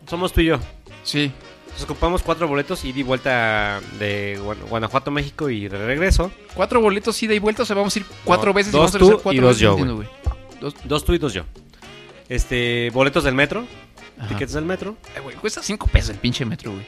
Somos tú y yo.
Sí,
Entonces, ocupamos cuatro boletos ida y vuelta de Guan- Guanajuato, México y de regreso.
cuatro boletos ida y vuelta, o sea, vamos a ir cuatro
No,
veces
dos
vamos a regresar
tú
cuatro
y dos
veces,
yo,
no entiendo, Dos-
Dos tú y dos yo. Este, boletos del metro.
Ajá.
Tickets del metro.
Ay, güey, cuesta cinco pesos el pinche metro, güey.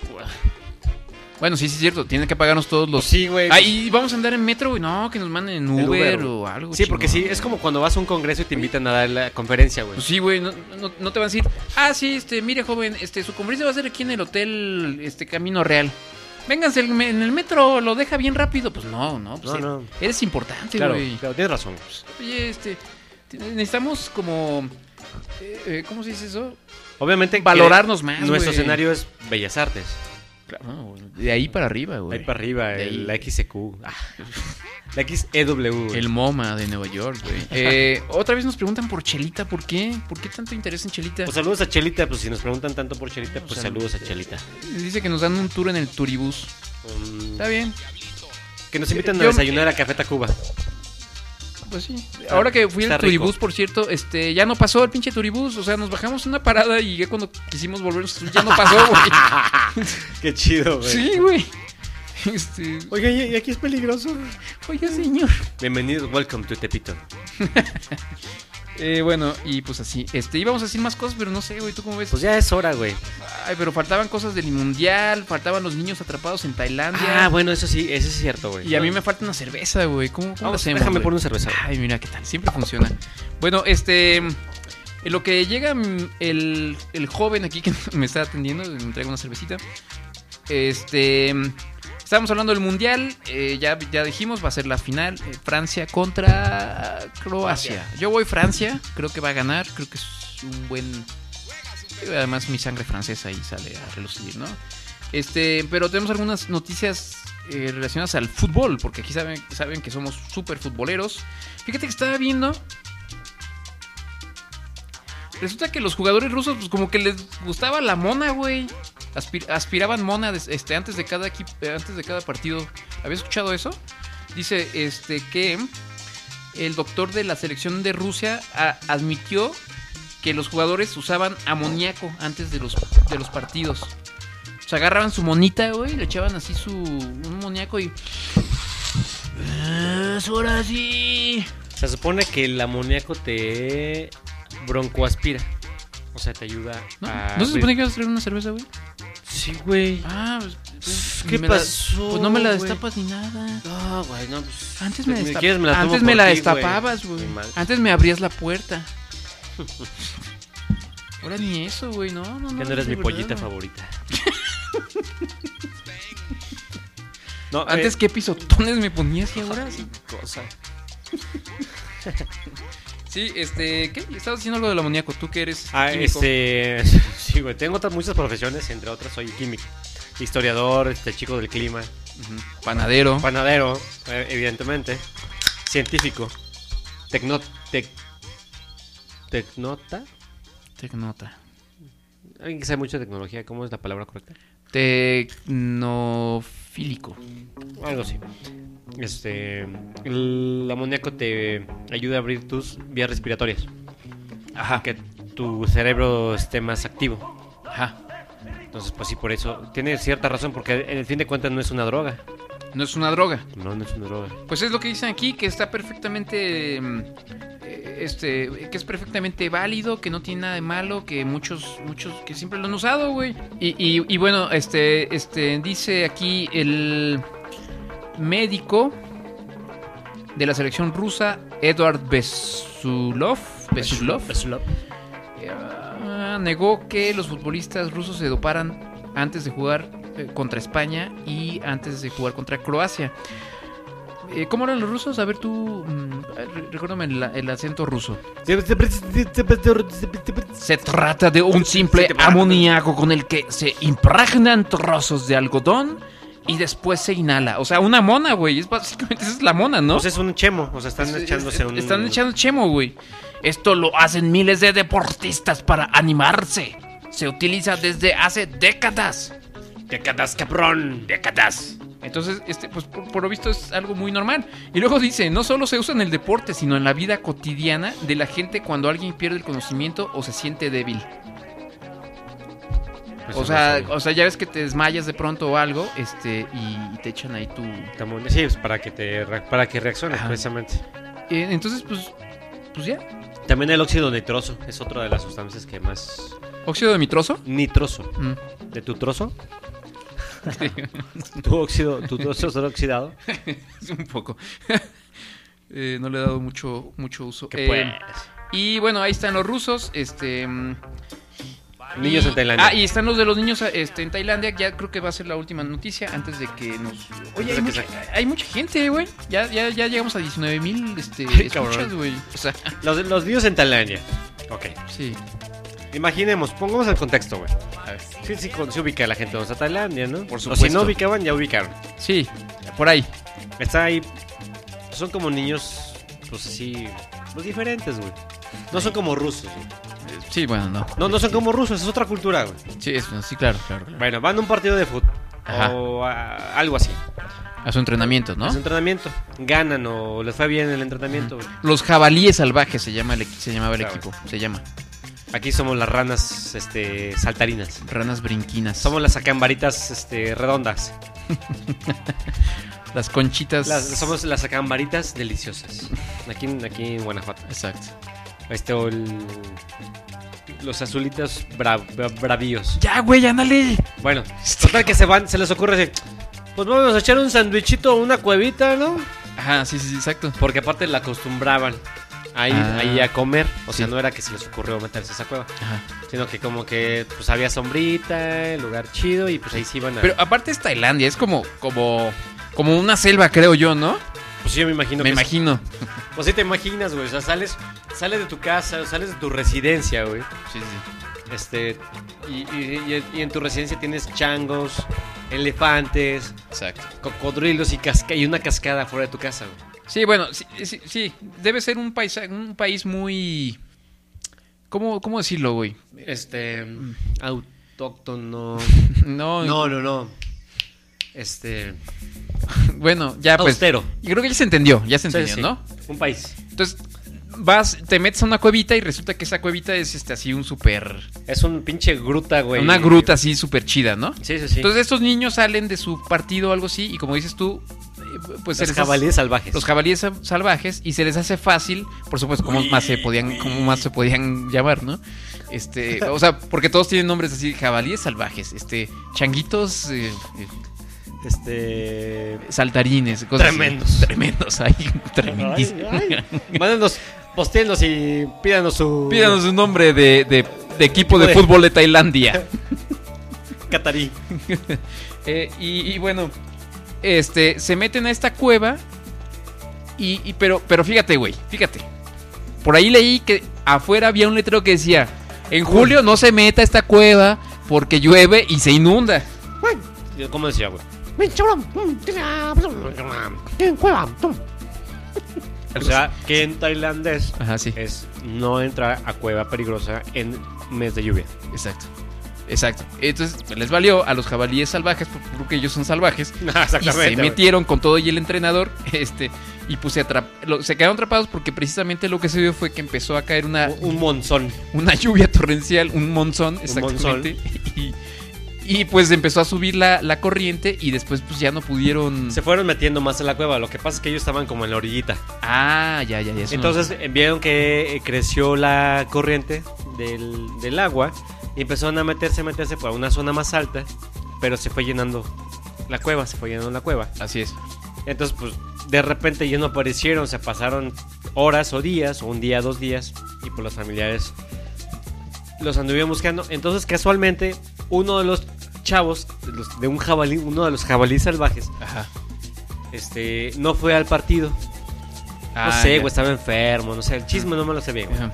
Bueno, sí, sí es cierto, tienen que pagarnos todos los...
Pues sí, güey.
Ah, y vamos a andar en metro, güey, no, que nos manden en Uber,
El Uber,
o algo.
Sí, porque sí,
chingón.
es como cuando vas a un congreso y te invitan a dar la conferencia, güey.
Pues sí, güey, no, no- no te van a decir, ah, sí, este, mire, joven, este, su conferencia va a ser aquí en el hotel, este, Camino Real. Vénganse el me- en el metro, lo deja bien rápido. Pues no, no, pues
No,
eh,
no.
eres importante,
claro,
güey.
claro, tienes razón.
Oye, este, necesitamos como... eh, eh, ¿Cómo se dice eso?
Obviamente. que
Valorarnos más,
Nuestro
güey.
escenario es Bellas Artes.
Claro, de ahí para arriba, güey.
Ahí para arriba,
De ahí.
el- la XQ. Ah. La XEW. güey.
El MoMA de Nueva York,
*laughs*
güey. Eh, otra vez nos preguntan por Chelita, ¿por qué? ¿Por qué tanto interés en Chelita?
Pues saludos a Chelita, pues si nos preguntan tanto por Chelita, pues
saludos.
saludos a Chelita.
Dice que nos dan un tour en el Turibús.
Mm,
Está bien,
que nos invitan a
Yo-
desayunar a Café Tacuba.
pues sí. Ahora que fui
Está
al Turibús,
rico.
por cierto, este, ya no pasó el pinche Turibús. O sea, nos bajamos en una parada y ya cuando quisimos volver, ya no pasó, *laughs* güey.
Qué chido, güey.
Sí, Ah, güey. Este,
Oiga, ¿y aquí es peligroso?
oiga, señor.
Bienvenidos, welcome to Tepito.
Eh, bueno, y pues así. Este, íbamos a decir más cosas, pero no sé, güey, ¿tú cómo ves?
Pues ya es hora, güey.
Ay, pero faltaban cosas del mundial, faltaban los niños atrapados en Tailandia.
Ah, bueno, eso sí, eso es cierto, güey.
Y a mí me falta una cerveza, güey. ¿Cómo, cómo lo
Vamos,
hacemos?
déjame
güey?
poner una cerveza.
Ay, mira qué tal. Siempre funciona. Bueno, este. en Lo que llega mm, el, el joven aquí que *laughs* me está atendiendo, me traigo una cervecita. Este. mm, Estábamos hablando del mundial. eh, ya, ya dijimos, va a ser la final. eh, Francia contra Croacia. Yo voy Francia. Creo que va a ganar. Creo que es un buen. Además, mi sangre francesa ahí sale a relucir, ¿no? Este, pero tenemos algunas noticias eh, relacionadas al fútbol, porque aquí saben, saben que somos súper futboleros. Fíjate que estaba viendo. Resulta que los jugadores rusos, pues como que les gustaba la mona, güey. Aspir- aspiraban mona des- este, antes, de cada equipo, antes de cada partido. ¿Habías escuchado eso? Dice este, que el doctor de la selección de Rusia a- admitió que los jugadores usaban amoníaco antes de los, de los partidos. O sea, agarraban su monita, güey, le echaban así su. un moníaco y. ¡Es ahora sí!
Se supone que el amoníaco te broncoaspira. O sea, te ayuda
¿No,
a...
¿No se supone que ibas a traer una cerveza, güey?
Sí, güey.
Ah, pues. pues,
¿Qué
me la-
pasó,
pues no me la
güey?
destapas ni nada.
No, güey, no, pues...
Antes me,
Si
destap-
quieres me la tomo
Antes me
por
la
ti,
destapabas,
güey.
güey. Ah,
Ni mal.
Antes me abrías la
*laughs*
puerta. Ahora ni eso, güey. No, no, no.
Ya no eres
de
mi
verdad,
pollita
güey. *laughs*
favorita. No,
Antes,
eh,
¿qué pisotones me ponías y ahora sí?
cosa.
*laughs* Sí, este. ¿Qué? Estabas diciendo algo del amoníaco. Tú que eres.
Ah,
químico.
este. *laughs* Sí, güey. Tengo otras muchas profesiones, entre otras soy químico, historiador, este chico del clima,
Ujú. Panadero.
panadero, eh, evidentemente, científico, tecno, tec- tecnota.
Tecnota.
Alguien que sabe mucho de tecnología, ¿cómo es la palabra correcta?
Tecnofílico.
Algo así. Este. El amoníaco te ayuda a abrir tus vías respiratorias. Ajá. Que tu cerebro esté más activo.
Ajá.
Entonces, pues sí, por eso. Tiene cierta razón, porque en el fin de cuentas no es una droga.
No es una droga.
No, no es una droga.
Pues es lo que dicen aquí, que está perfectamente... mm, eh, Este, que es perfectamente válido, que no tiene nada de malo, que muchos, muchos, que siempre lo han usado, güey. Y, y- y bueno, este, este, dice aquí el médico de la selección rusa, Edward Besulov. Besulov. Ah, negó que los futbolistas rusos se doparan antes de jugar eh, contra España y antes de jugar contra Croacia. Eh, ¿Cómo eran los rusos? A ver tú, mm, re- recuérdame el, el acento ruso. Se trata de un simple amoníaco con el que se impregnan trozos de algodón y después se inhala. O sea, una mona, güey. Es básicamente esa es la mona, ¿no?
Pues es un chemo, o sea, están
Es- es-
echándose un.
Están echando chemo, güey. Esto lo hacen miles de deportistas para animarse. Se utiliza desde hace décadas.
Décadas, cabrón.
Décadas. Entonces, este, pues por, por lo visto es algo muy normal. Y luego dice, no solo se usa en el deporte, sino en la vida cotidiana de la gente cuando alguien pierde el conocimiento o se siente débil.
Pues
O
no
sea,
sé.
o sea, ya ves que te desmayas de pronto o algo, este, y te echan ahí tu, eh,
Tamón- Sí, es para que te re- para que reacciones
Ajá.
precisamente.
Eh, entonces, pues, pues ya.
También el óxido nitroso es otra de las sustancias que más
Óxido de mitroso.
nitroso
Mm.
de tu trozo. *laughs* tu óxido, tu trozo será oxidado.
*laughs* un poco. Eh, no le he dado mucho, mucho uso.
Que
Eh,
pues.
Y bueno, ahí están los rusos. Este. mm,
Niños
Y-
en Tailandia.
Ah, y están los de los niños este, en Tailandia. Ya creo que va a ser la última noticia antes de que nos. Oye,
de
hay
que
mucha, hay mucha gente, güey. Ya, ya, ya llegamos a 19 mil
*laughs*
este,
Cabrón.
escuchas, güey. O sea,
Los, los niños en Tailandia. Ok.
sí.
Imaginemos, pongamos el contexto, güey.
A ver.
Sí, sí, con- se ubica la gente de Tailandia, ¿no? Por O si
supuesto.
no ubicaban, ya ubicaron.
Sí, por ahí.
Está ahí. Son como niños, pues así, pues diferentes, güey. No son como rusos, güey.
Sí, bueno, no.
No, no son como rusos, es otra cultura, güey.
Sí, es- sí claro, claro. claro.
Bueno, van a un partido de fútbol.
Ajá.
O a- algo así.
A su entrenamiento, ¿no?
Es un entrenamiento. Ganan o les fue bien el entrenamiento, güey.
Los jabalíes salvajes se, llama el, equi- se llamaba el
Claro.
equipo. Se llama.
Aquí somos las ranas, este, saltarinas.
Ranas brinquinas.
Somos las acambaritas, este, redondas.
las conchitas.
Las- somos las acambaritas deliciosas. Aquí, en- aquí en Guanajuato.
Exacto.
Este, o el- los azulitos bra- bra- bravíos.
Ya, güey, ándale.
Bueno,
Este
total que se van, se les ocurre decir, pues vamos a echar un sandwichito o una cuevita, ¿no?
Ajá, sí, sí, sí, exacto.
Porque aparte la acostumbraban a ir
Ah.
ahí a comer. O sea,
Sí.
no era que se les ocurrió meterse a esa cueva,
Ajá.
sino que como que pues había sombrita, el lugar chido y pues ahí sí iban a...
Pero aparte es Tailandia, es como, como, como una selva, creo yo, ¿no?
pues yo me imagino
Me
que sí.
imagino.
Pues sí te imaginas, güey, o sea, sales, sales de tu casa, sales de tu residencia, güey.
Sí, sí.
Este, y, y- y- y en tu residencia tienes changos, elefantes,
Exacto.
cocodrilos y, casca y una cascada fuera de tu casa, güey.
Sí, bueno, sí, sí, sí, debe ser un país, un país muy... ¿Cómo, cómo decirlo, güey?
Este.
Mm. *laughs*
Autóctono.
No,
No, no, no. Este.
bueno, ya pues...
Austero.
Yo creo que ya se entendió, ya se
Sí,
entendió,
sí,
¿no?
Un país.
Entonces, vas, te metes a una cuevita y resulta que esa cuevita es este, así un súper...
Es un pinche gruta, güey.
Una gruta así súper chida, ¿no?
Sí, sí, sí.
Entonces estos niños salen de su partido o algo así y como dices tú, eh, pues se les
los
hace-
jabalíes salvajes.
los jabalíes sa- salvajes y se les hace fácil, por supuesto, como más se podían, como más se podían llamar, ¿no? Este, o sea, porque todos tienen nombres así, jabalíes salvajes, este, changuitos, eh, eh,
Este.
saltarines, cosas así.
Tremendos.
tremendos, *laughs* ahí, tremendísimos.
Ay, ay. Mándenos, postéenos y pídanos su.
Pídanos un nombre de, de- de equipo de fútbol de Tailandia.
Catarí.
Eh, y, y bueno, este, se meten a esta cueva. Y, y- pero, pero fíjate, güey, fíjate. Por ahí leí que afuera había un letrero que decía: En julio no se meta a esta cueva porque llueve y se inunda.
¿Cómo decía, güey? O sea, que en tailandés
Ajá, sí,
es no entrar a cueva peligrosa en mes de *laughs* lluvia.
exacto. Exacto. Entonces pues, les valió a los jabalíes salvajes, por- porque ellos son salvajes. Y se
Ah, güey.
metieron con todo y el entrenador. *laughs* Este, y pues se, atrap- lo- se quedaron atrapados porque precisamente lo que se vio fue que empezó a caer una,
Un monzón.
una lluvia torrencial, un monzón, exactamente. *laughs* Y, y, pues empezó a subir la, la corriente y después pues ya no pudieron...
Se fueron metiendo más en la cueva. Lo que pasa es que ellos estaban como en la orillita.
Ah, ya, ya, ya. eso no-
Entonces eh, vieron que eh, creció la corriente del, del agua y empezaron a meterse, meterse por una zona más alta, pero se fue llenando la cueva, se fue llenando la cueva.
Así es.
Entonces, pues de repente ya no aparecieron, se pasaron horas o días, o un día, dos días, y por los familiares los anduvieron buscando. Entonces, casualmente, uno de los chavos, de, los- de un jabalí, uno de los jabalíes salvajes,
Ajá.
este, no fue al partido. No
Ah,
sé,
ya.
güey, estaba enfermo, no sé, el chisme no me lo sé bien. güey.
Ajá.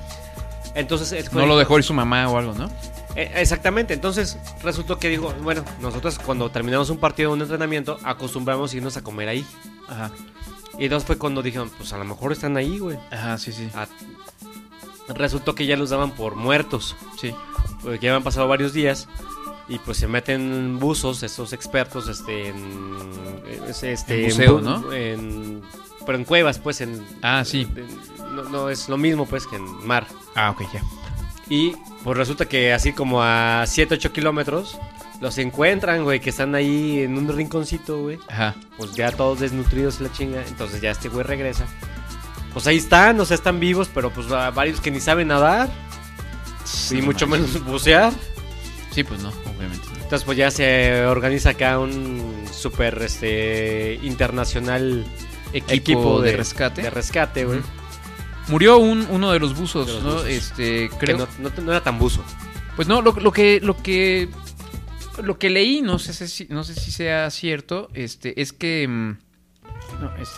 Entonces, eh, fue-
No lo dejó ir su mamá o algo, ¿no?
Eh, exactamente, entonces resultó que dijo, bueno, nosotros cuando terminamos un partido, un entrenamiento, acostumbramos irnos a comer ahí.
Ajá.
Y entonces fue cuando dijeron, pues a lo mejor están ahí, güey.
Ajá, sí, sí.
Ah, Resultó que ya los daban por muertos,
Sí.
porque ya habían pasado varios días. Y pues se meten buzos, estos expertos, este, en... es- este,
En buceo,
bu-
¿no?
en- pero en cuevas, pues, en...
Ah, sí.
en- no, no, es lo mismo, pues, que en mar.
Ah, ok, ya.
Y pues resulta que así como a 7, 8 kilómetros, los encuentran, güey, que están ahí en un rinconcito, güey.
Ajá.
Pues ya todos desnutridos y la chinga. Entonces ya este güey regresa. Pues ahí están, o sea, están vivos, pero pues a varios que ni saben nadar y
No
mucho
manches.
menos bucear.
Sí, pues no, obviamente.
Entonces pues ya se organiza acá un super este internacional
Equipo, de, rescate.
De rescate, güey.
Murió un, uno de los buzos,
De los
¿no?
buzos.
Este,
Que
creo...
no, no- no era tan buzo.
Pues no, lo, lo que. Lo que. Lo que leí, no sé si, no sé si sea cierto. Este. Es que. mm, No, es.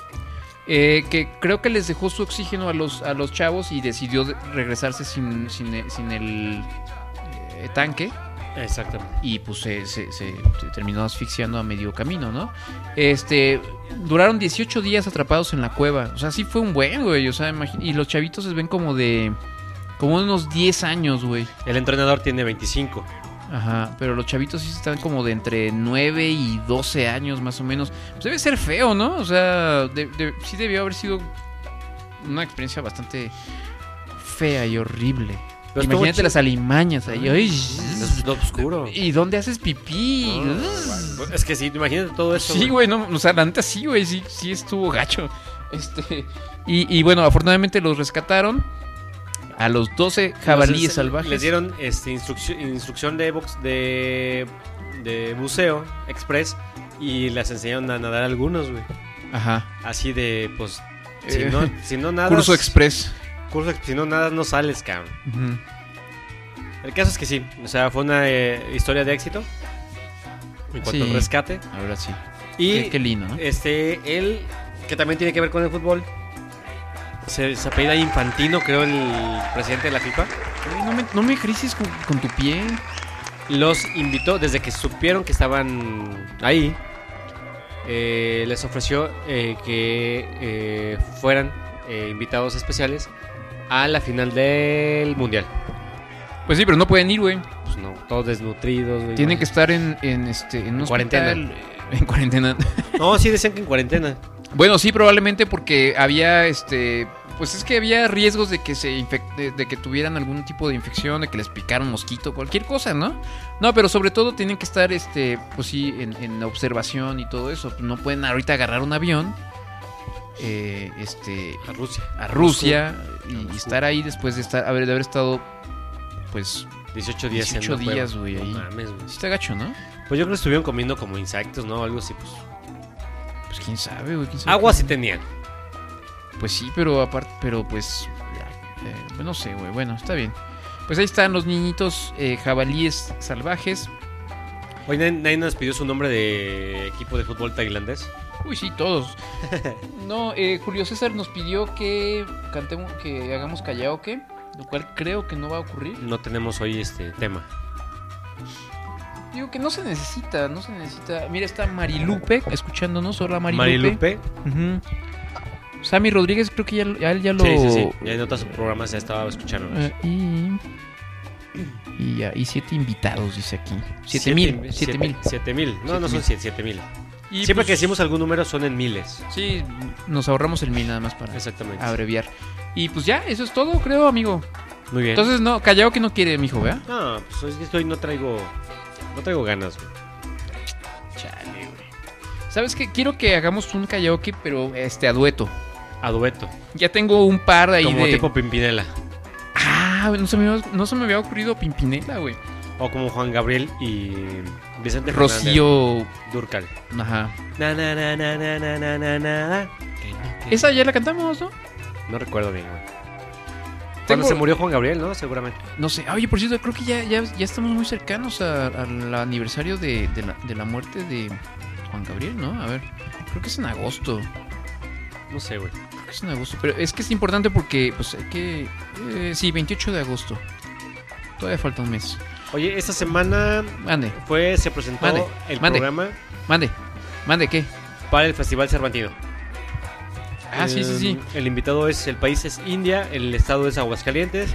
eh, que creo que les dejó su oxígeno a los, a los chavos y decidió de- regresarse sin, sin, eh, sin el eh, tanque
Exactamente.
y pues se, se- se terminó asfixiando a medio camino, ¿no? Este, duraron 18 días atrapados en la cueva, o sea, sí fue un buen, güey, o sea, imagi- y los chavitos se ven como de, como unos 10 años, güey,
El entrenador tiene 25.
ajá, pero los chavitos sí están como de entre 9 y 12 años más o menos, pues debe ser feo, ¿no? O sea, de- de- sí debió haber sido una experiencia bastante fea y horrible.
Pero estuvo
Imagínate
chi-
las alimañas ahí. ay,
Es lo pues, oscuro.
¿Y dónde haces pipí?
Ah, Pues Es que sí, imagínate todo eso.
Sí, güey, no, o sea, la neta sí, güey, sí, sí estuvo gacho. *laughs* Este, y, y bueno, afortunadamente los rescataron a los 12 jabalíes
Entonces,
salvajes.
Les dieron este, instrucci- instrucción de, box, de, de buceo express y las enseñaron a nadar algunos, güey.
Ajá.
Así de, pues, si,
Eh,
no, si no nadas...
Curso express.
curso ex- si no nadas no sales, cabrón.
Ujú.
El caso es que sí, o sea, fue una eh, historia de éxito en cuanto
Sí.
al rescate.
Ahora sí. Eh,
Y
Qué, qué lindo, ¿no?
este, él, que también tiene que ver con el fútbol, se, se apellida Infantino, creo, el presidente de la FIFA.
Güey, no, me, no me crisis con, con tu pie.
Los invitó, desde que supieron que estaban ahí, eh, les ofreció eh, que eh, fueran eh, invitados especiales a la final del mundial.
Pues sí, pero no pueden ir, güey.
Pues no, todos desnutridos. güey,
Tienen que
imagínate.
estar en, en, este, en un
En cuarentena.
hospital, eh, En cuarentena. *laughs*
No, sí decían que en cuarentena.
Bueno, sí, probablemente porque había este. Pues es que había riesgos de que se infec- de, de que tuvieran algún tipo de infección, de que les picara un mosquito, cualquier cosa, ¿no? No, pero sobre todo tienen que estar, este, pues sí, en, en observación y todo eso. No pueden ahorita agarrar un avión, eh, este,
A Rusia.
a Rusia y,
A Moscú.
estar ahí después de estar, haber, de haber estado, pues,
18 días.
18
en la cueva.
días, güey,
No
ahí.
mames, güey.
sí está gacho, ¿no?
Pues yo creo que estuvieron comiendo como insectos, ¿no? Algo así, pues.
Pues quién sabe, güey, quién sabe.
Agua
qué-
sí tenían.
Pues sí, pero aparte, pero pues, eh, pues no sé, güey. Bueno, está bien. Pues ahí están los niñitos eh, jabalíes salvajes.
Hoy nadie, nadie nos pidió su nombre de equipo de fútbol tailandés.
Uy, sí,
*laughs*
todos. No, eh, Julio César nos pidió que cantemos, que hagamos karaoke, lo cual creo que no va a ocurrir.
No tenemos hoy este tema.
Digo que no se necesita, no se necesita. Mira, está Marilupe escuchándonos. Hola, Marilupe.
Marilupe.
Ujú. Sammy Rodríguez, creo que ya, a él ya lo.
Sí, sí, sí. Ya en otros programas ya estaba escuchando.
Eh, y, y, ya, y siete invitados, dice aquí. Siete,
Siete
mil,
mi-
siete, mil.
Siete mil. No,
Siete
no
mil.
son siete, siete mil.
Y,
Siempre
pues,
que decimos algún número son en miles.
Sí, nos ahorramos el mil nada más para
Exactamente.
abreviar. Y pues ya, eso es todo, creo, amigo.
Muy bien.
Entonces, no, callado que no quiere, mijo, ¿verdad?
no, pues es que hoy no traigo. No traigo ganas, güey.
Chale, güey. ¿Sabes qué? Quiero que hagamos un karaoke, pero este, a dueto.
A dueto.
Ya tengo un par ahí
Como
de...
tipo Pimpinela.
Ah, no se, me, había- no se me había ocurrido Pimpinela, güey.
O como Juan Gabriel y Vicente
Rocío...
Fernández Durcal.
Ajá.
Na, na, na, na, na, na, na, na, na. Que no, que-
Esa ya la cantamos, ¿no?
No recuerdo bien, güey.
Tengo-
Cuando se murió Juan Gabriel, ¿no? Seguramente.
No sé, Ah, oye, por cierto, creo que ya, ya, ya estamos muy cercanos a- al aniversario de, de la, de la muerte de Juan Gabriel, ¿no? A ver, creo que es en agosto,
No sé, güey.
creo que es en agosto, pero es que es importante porque, pues, hay que... eh, sí, 28 de agosto, todavía falta un mes.
Oye, esta semana
Mande,
fue, se presentó
Mande,
el
mande.
programa
mande, mande, ¿qué?
para el Festival Cervantino.
Ah, sí, sí, sí.
El invitado es, el país es India, el estado es Aguascalientes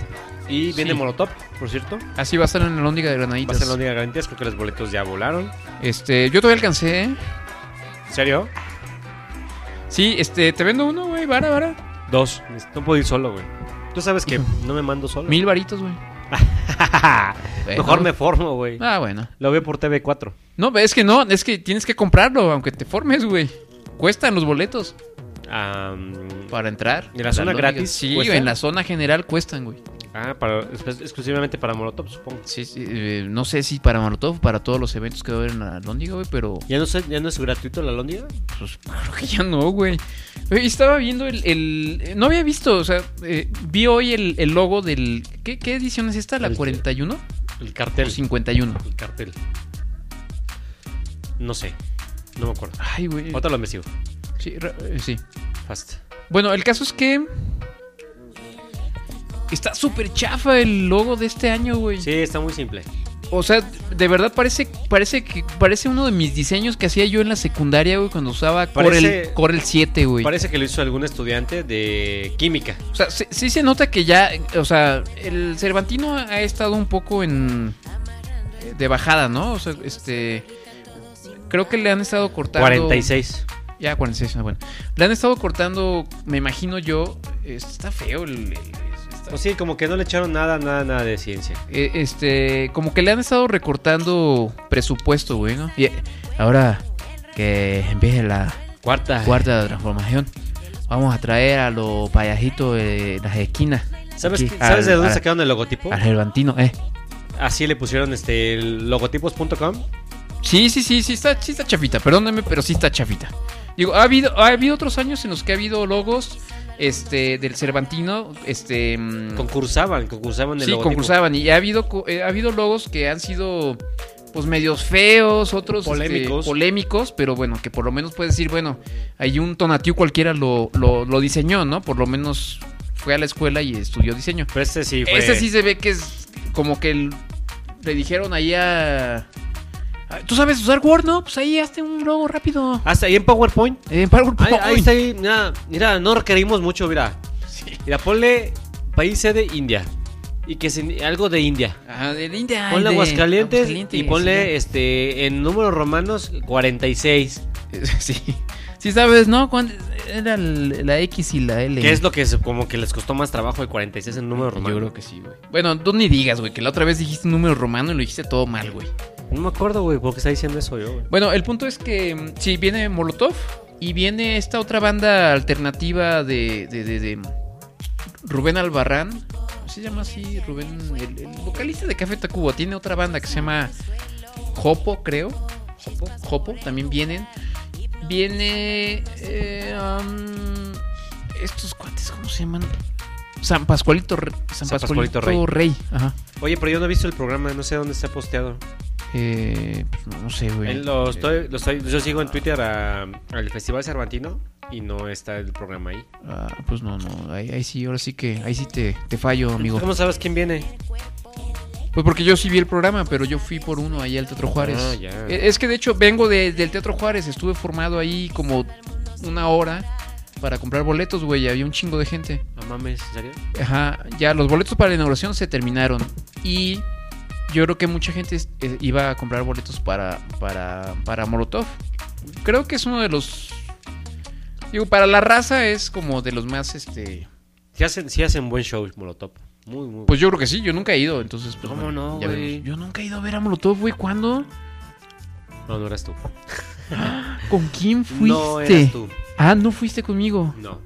y viene
Sí.
Molotov, por cierto.
Así va a estar en la Óndiga de
Va a ser
Granaditas.
la única garantía, creo que los boletos ya volaron.
Este, yo todavía alcancé, ¿eh?
¿En serio?
Sí, este, te vendo uno, güey, vara, vara.
Dos. No puedo ir solo, güey. Tú sabes *laughs* que no me mando solo.
Mil varitos,
*laughs*
güey. Bueno.
Mejor me formo, güey.
Ah, bueno.
Lo veo por TV4.
No, es que no, es que tienes que comprarlo, aunque te formes, güey. Cuestan los boletos
Ah,
para entrar.
¿En la zona
lógica-
gratis
Sí,
cuesta?
en la zona general cuestan, güey.
ah, para, espe- exclusivamente para Molotov, supongo.
Sí, sí, eh, no sé si para Molotov, para todos los eventos que va a haber en la Lóndiga, güey, pero *laughs*
¿Ya no, sé- ¿Ya no es gratuito la Londres?
pues, creo que ya no, güey. Güey, estaba viendo el, el- eh, No había visto, o sea, eh, vi hoy el, el logo del... ¿qué, qué edición es esta? ¿La
El-
41?
El cartel.
51.
El cartel. No sé. No me acuerdo.
Ay, güey.
Otra lo investigo.
Sí, re- eh, sí.
Fast.
Bueno, el caso es que. Está súper chafa el logo de este año, güey.
Sí, está muy simple.
O sea, de verdad parece, parece que parece uno de mis diseños que hacía yo en la secundaria, güey, cuando usaba
Parece-
Corel, Corel 7, güey.
Parece que lo hizo algún estudiante de química.
O sea, sí, sí se nota que ya, o sea, el Cervantino ha estado un poco en de bajada, ¿no? O sea, este creo que le han estado cortando
46.
Ya 46, ah, bueno. Le han estado cortando, me imagino yo, está feo el- el- está-
Pues sí, como que no le echaron nada, nada, nada de ciencia.
Eh, este, como que le han estado recortando presupuesto, güey, ¿no? Y eh, ahora que empiece la
Cuarta.
cuarta transformación, vamos a traer a los payajitos de las esquinas.
¿Sabes,
Aquí,
qué- ¿sabes de
al-
dónde
al-
sacaron el logotipo?
Al Cervantino, eh.
Así le pusieron este logotipos.com.
Sí, sí, sí, sí está, sí está chafita, perdónenme, pero sí está chafita. Digo, ha habido, ha habido otros años en los que ha habido logos este, del Cervantino, este... mm,
Concursaban, concursaban el
sí,
logotipo.
concursaban y ha habido, co- eh, ha habido logos que han sido pues medios feos, otros este,
Polémicos.
polémicos, pero bueno, que por lo menos puedes decir, bueno, hay un tonatiu cualquiera lo, lo, lo diseñó, ¿no? Por lo menos fue a la escuela y estudió diseño.
Pero este sí fue.
Este sí se ve que es como que el- le dijeron ahí a... a- Tú sabes usar Word, ¿no? Pues ahí hazte un logo rápido.
Hasta Ah, ahí en PowerPoint.
En PowerPoint.
Ahí, ahí está ahí, mira, mira, no requerimos mucho, mira. Mira, ponle país de India. Y que se- algo de India.
Ah, del India.
Ponle
de-
Aguascalientes,
Aguascalientes,
y ponle
sí.
este en números romanos 46,
*laughs* Sí. Sí sabes, ¿no? ¿Cuándo era el- la X y la L?
que es lo que se- como que les costó más trabajo el 46 en número romano.
Yo creo que sí, güey. Bueno, tú ni digas, güey, que la otra vez dijiste un número romano y lo dijiste todo mal, güey.
No me acuerdo, güey, por qué está diciendo eso yo, güey.
Bueno, el punto es que mm, sí, viene Molotov y viene esta otra banda alternativa de, de, de- de Rubén Albarrán. ¿Se llama así Rubén? El, el vocalista de Café Tacuba. Tiene otra banda que se llama Jopo, creo. Jopo. Jopo, también vienen. Viene... eh, um, estos cuates, ¿cómo se llaman? San Pascualito, Re- San
San
Pascualito,
Pascualito
Rey. Ajá.
Oye, pero yo no he visto el programa, no sé dónde está posteado.
Eh, pues, no, no sé, güey.
Él lo estoy- lo estoy- yo sigo en Twitter a- al Festival Cervantino y no está el programa ahí.
Ah, pues no, no, ahí, ahí sí, ahora sí que, ahí sí te, te fallo, amigo.
¿Cómo sabes quién viene?
Pues porque yo sí vi el programa, pero yo fui por uno ahí al Teatro Juárez.
Ah, ya.
Eh, Es que de hecho vengo de- del Teatro Juárez, estuve formado ahí como una hora para comprar boletos, güey, y había un chingo de gente.
No mames, ¿en serio?
Ajá, ya los boletos para la inauguración se terminaron y yo creo que mucha gente es- eh, iba a comprar boletos para, para, para Molotov. Creo que es uno de los... Digo, para la raza es como de los más, este...
Sí hacen, sí hacen buen show, Molotov. Muy, muy
Pues yo creo que sí, yo nunca he ido, entonces pues
¿Cómo
bueno,
no,
ya
güey?
vemos. Yo nunca he ido a ver a Molotov, güey, ¿cuándo?
bueno. No, no eras tú.
¿Con quién fuiste?
No eras tú.
Ah, no fuiste conmigo.
No.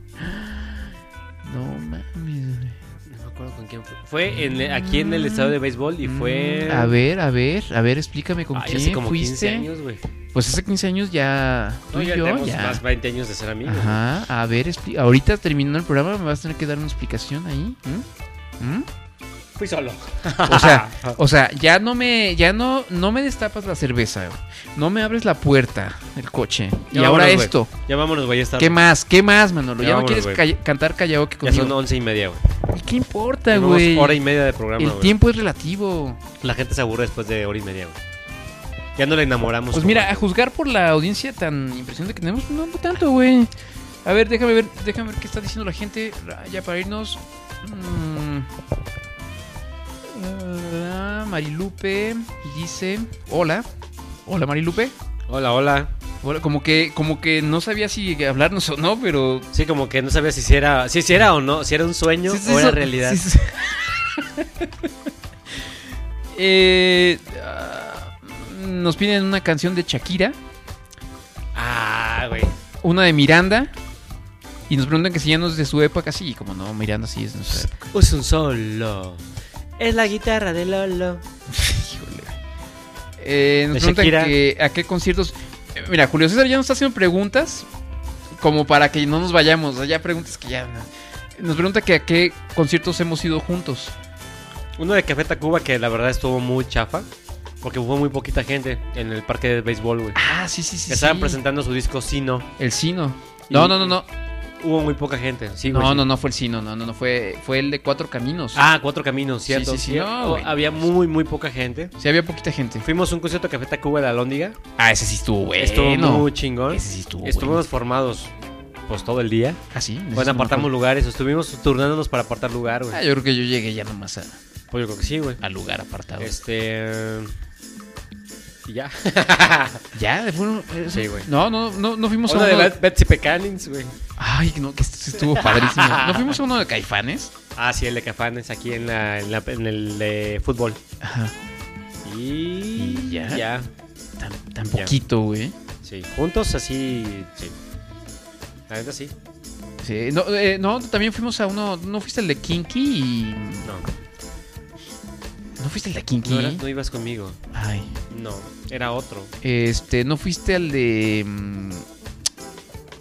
No mames. güey.
No me acuerdo con quién fue. Fue en- aquí en el estado de béisbol y fue.
Mm, A ver, a ver, a ver, explícame con
Ay,
quién
hace como 15
fuiste.
años, güey.
Pues hace 15 años ya tú
No,
y
ya
yo
tenemos
ya.
más 20 años de ser amigos.
Ajá, a ver, expli- ahorita terminando el programa me vas a tener que dar una explicación ahí. ¿Mm? ¿Mm?
Fui solo.
O
*laughs*
sea, o sea, ya no me, ya no, no me destapas la cerveza, güey. no me abres la puerta del coche.
Ya
y ahora
vámonos, güey.
esto.
Ya vámonos, güey. Ya, está-
¿Qué más? ¿Qué más, Manolo? Ya,
Ya
no
vámonos,
quieres ca- cantar karaoke
ya son
conmigo.
11 y media, güey.
¿Y qué importa,
Tenemos
güey?
hora y media de programa,
El
güey.
tiempo es relativo.
La gente se aburre después de hora y media, güey. Ya no la enamoramos.
Pues
güey.
mira, a juzgar por la audiencia tan impresionante que tenemos, no, no tanto, güey. A ver, déjame ver, déjame ver qué está diciendo la gente. Ah, Ya para irnos. Mm. Ah, Marilupe dice. Hola. Hola Marilupe.
Hola, hola.
Hola, como que, como que no sabía si hablarnos o no, pero.
Sí, como que no sabía si sí era, si sí era o no, si era un sueño
Sí, sí,
o era
so-
realidad.
sí, sí. *laughs* Eh, ah, nos piden una canción de Shakira.
Ah, güey.
una de Miranda. Y nos preguntan que si ya no es de su época, sí, como no, Miranda sí es de nuestra época.
Es un solo. Es la guitarra de Lolo.
Híjole. Eh, nos
De
preguntan
Shakira.
que a qué conciertos. Eh, Mira, Julio César ya nos está haciendo preguntas como para que no nos vayamos. o sea, Ya preguntas que ya. Nos pregunta que a qué conciertos hemos ido juntos.
Uno de Café Tacuba que la verdad estuvo muy chafa. Porque fue muy poquita gente en el parque de béisbol, güey.
Ah, sí, sí, sí.
Que estaban
sí.
presentando su disco Sino.
El Sino. No,
Y-
no, no, no.
Hubo muy poca gente. Sí, güey,
No,
sí.
no, no fue el Sino, no, no, no. Fue, fue el de Cuatro Caminos.
Ah, Cuatro Caminos, cierto.
Sí, sí, sí,
Cierto.
no, güey.
Había muy, muy poca gente.
Sí, había poquita gente.
Fuimos a un concierto de Café Tacuba de la Lóndiga.
Ah, ese sí estuvo bueno.
Estuvo muy chingón.
Ese sí estuvo
Estuvimos formados pues todo el día.
Ah, sí. ese
Bueno,
sí me
apartamos
acuerdo.
lugares. Estuvimos turnándonos para apartar lugar, güey.
Ah, yo creo que yo llegué ya nomás a-
Pues yo creo que sí, güey.
al lugar apartado.
Este. Y ya.
Ya, de fueron. eh,
Sí, güey.
No, no, no, no fuimos
Una
a
de
uno.
Bet- Betsy Pecanins, güey.
Ay, no, que esto estuvo padrísimo. ¿No fuimos a uno de Caifanes?
Ah, sí, el de Cafanes aquí en, la, en, la- en el de fútbol.
Ajá.
Y,
Y ya.
ya.
Tan, tan
Ya.
poquito, güey.
Sí, juntos así. Sí. La neta sí.
Sí, no, eh, no, también fuimos a uno. ¿No fuiste el de Kinky? Y...
No.
¿No fuiste el de Kinky?
No, eras- no ibas conmigo.
Ay.
No, era otro.
Este, ¿no fuiste al de. mm,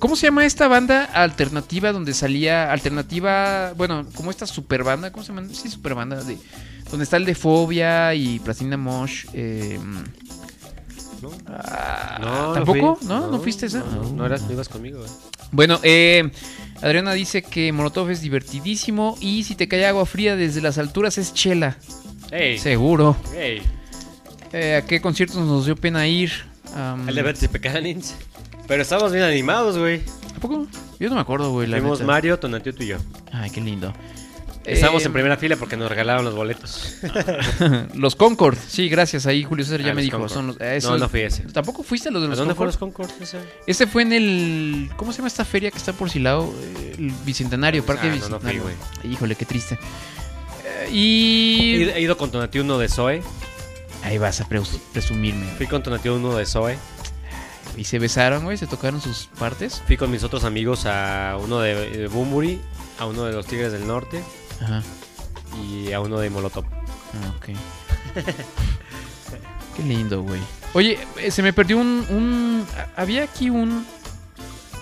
¿Cómo se llama esta banda alternativa donde salía. Alternativa. Bueno, como esta super banda. ¿Cómo se llama? Sí, super banda. De, donde está el de Fobia y Platina Mosh. eh, mm,
No.
ah,
No,
¿Tampoco?
fui.
¿No? ¿No, fuiste esa?
No, no, no eras, no ibas conmigo, güey.
Bueno, eh, Adriana dice que Molotov es divertidísimo y si te cae agua fría desde las alturas es chela.
Ey.
Seguro.
Ey.
Eh, ¿A qué conciertos nos dio pena ir? Am,
El de Betsy Pecanins. Pero estábamos bien animados, güey.
¿A poco? Yo no me acuerdo, güey. la
Fuimos
neta.
Mario, Tonatio y yo.
Ay, qué lindo.
Estábamos
Eh,
en primera fila porque nos regalaron los boletos.
Los Concord, sí, gracias. Ahí Julio César ya
Ah,
me
los
dijo.
Concord.
Son los- eh,
no,
son-
no fui ese. ¿A
¿Tampoco fuiste a los de los
dónde fueron
Concord?
los Concord? ese?
Este fue en el. ¿Cómo se llama esta feria que está por Silao? Eh, El Bicentenario, Parque
Ah, no, no fui,
Bicentenario. Híjole, qué triste. Eh, y.
He he ido con Tonatio 1 de Zoe.
Ahí vas a preus- presumirme.
Fui con Tonatio 1 de Zoe.
Y se besaron, güey, se tocaron sus partes.
Fui con mis otros amigos a uno de, de Bumburi, a uno de los Tigres del Norte
Ajá.
y a uno de Molotov.
Ah, *laughs* ok. Qué lindo, güey. Oye, eh, se me perdió un, un- a- Había aquí un...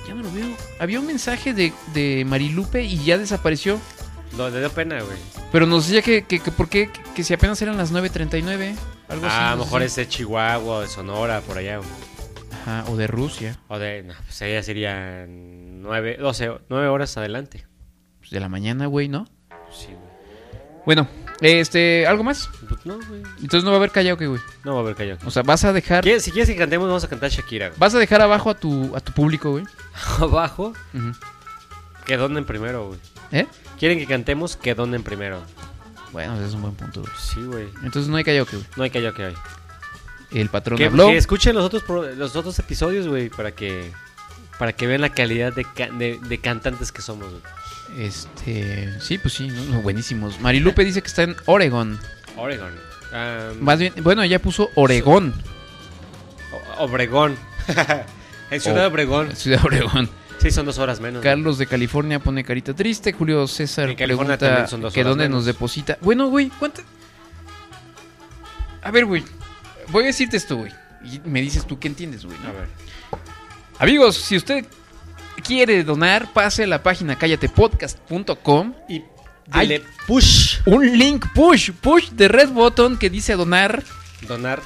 Ya no lo veo. Había un mensaje de, de Marilupe y ya desapareció.
No, le dio pena, güey.
Pero nos decía que, que, que por qué, que si apenas eran las 9.39. Algo así.
Ah, a lo
nos
mejor
decía.
es de Chihuahua o de Sonora, por allá. güey.
Ajá, o de Rusia.
O de. No, pues allá serían 9, 12, 9 horas adelante.
Pues de la mañana, güey, ¿no?
Sí, güey.
Bueno, este, ¿algo más?
Pues no, güey.
Entonces no va a haber karaoke, güey.
No va a haber callado.
O sea, vas a dejar...
¿Quieres- si quieres que cantemos, vamos a cantar Shakira. güey.
Vas a dejar abajo a tu, a tu público, güey.
*laughs* Abajo,
Ujú.
que donen primero, güey.
¿Eh?
Quieren que cantemos, que donen primero. Pues
Bueno, ese es un buen punto, güey.
Sí, güey.
Entonces no hay karaoke, güey.
No hay callado que hay.
El patrón
Que,
habló.
que escuchen los otros, pro- los otros episodios, güey, para que, para que vean la calidad de, ca- de, de cantantes que somos, güey.
Este, sí, pues sí, ¿no? buenísimos. Marilupe dice que está en Oregon.
Oregon. Am,
Más bien, bueno, ella puso Oregón,
O- *laughs* Obregón. en Ciudad
O-
Obregón.
la ciudad de Oregón.
Sí, son dos horas menos.
Carlos de California pone carita triste. Julio César
En California
pregunta
también son dos
que
horas
dónde
menos.
nos deposita. Bueno, güey, ¿cuánto? A ver, güey, voy a decirte esto, güey. Y me dices tú qué entiendes, güey. ¿no?
güey. A ver.
Amigos, si usted quiere donar, pase a la página cállatepodcast.com.
Y
Ay.
dile push.
Un link push, push de Red Button que dice donar.
Donar.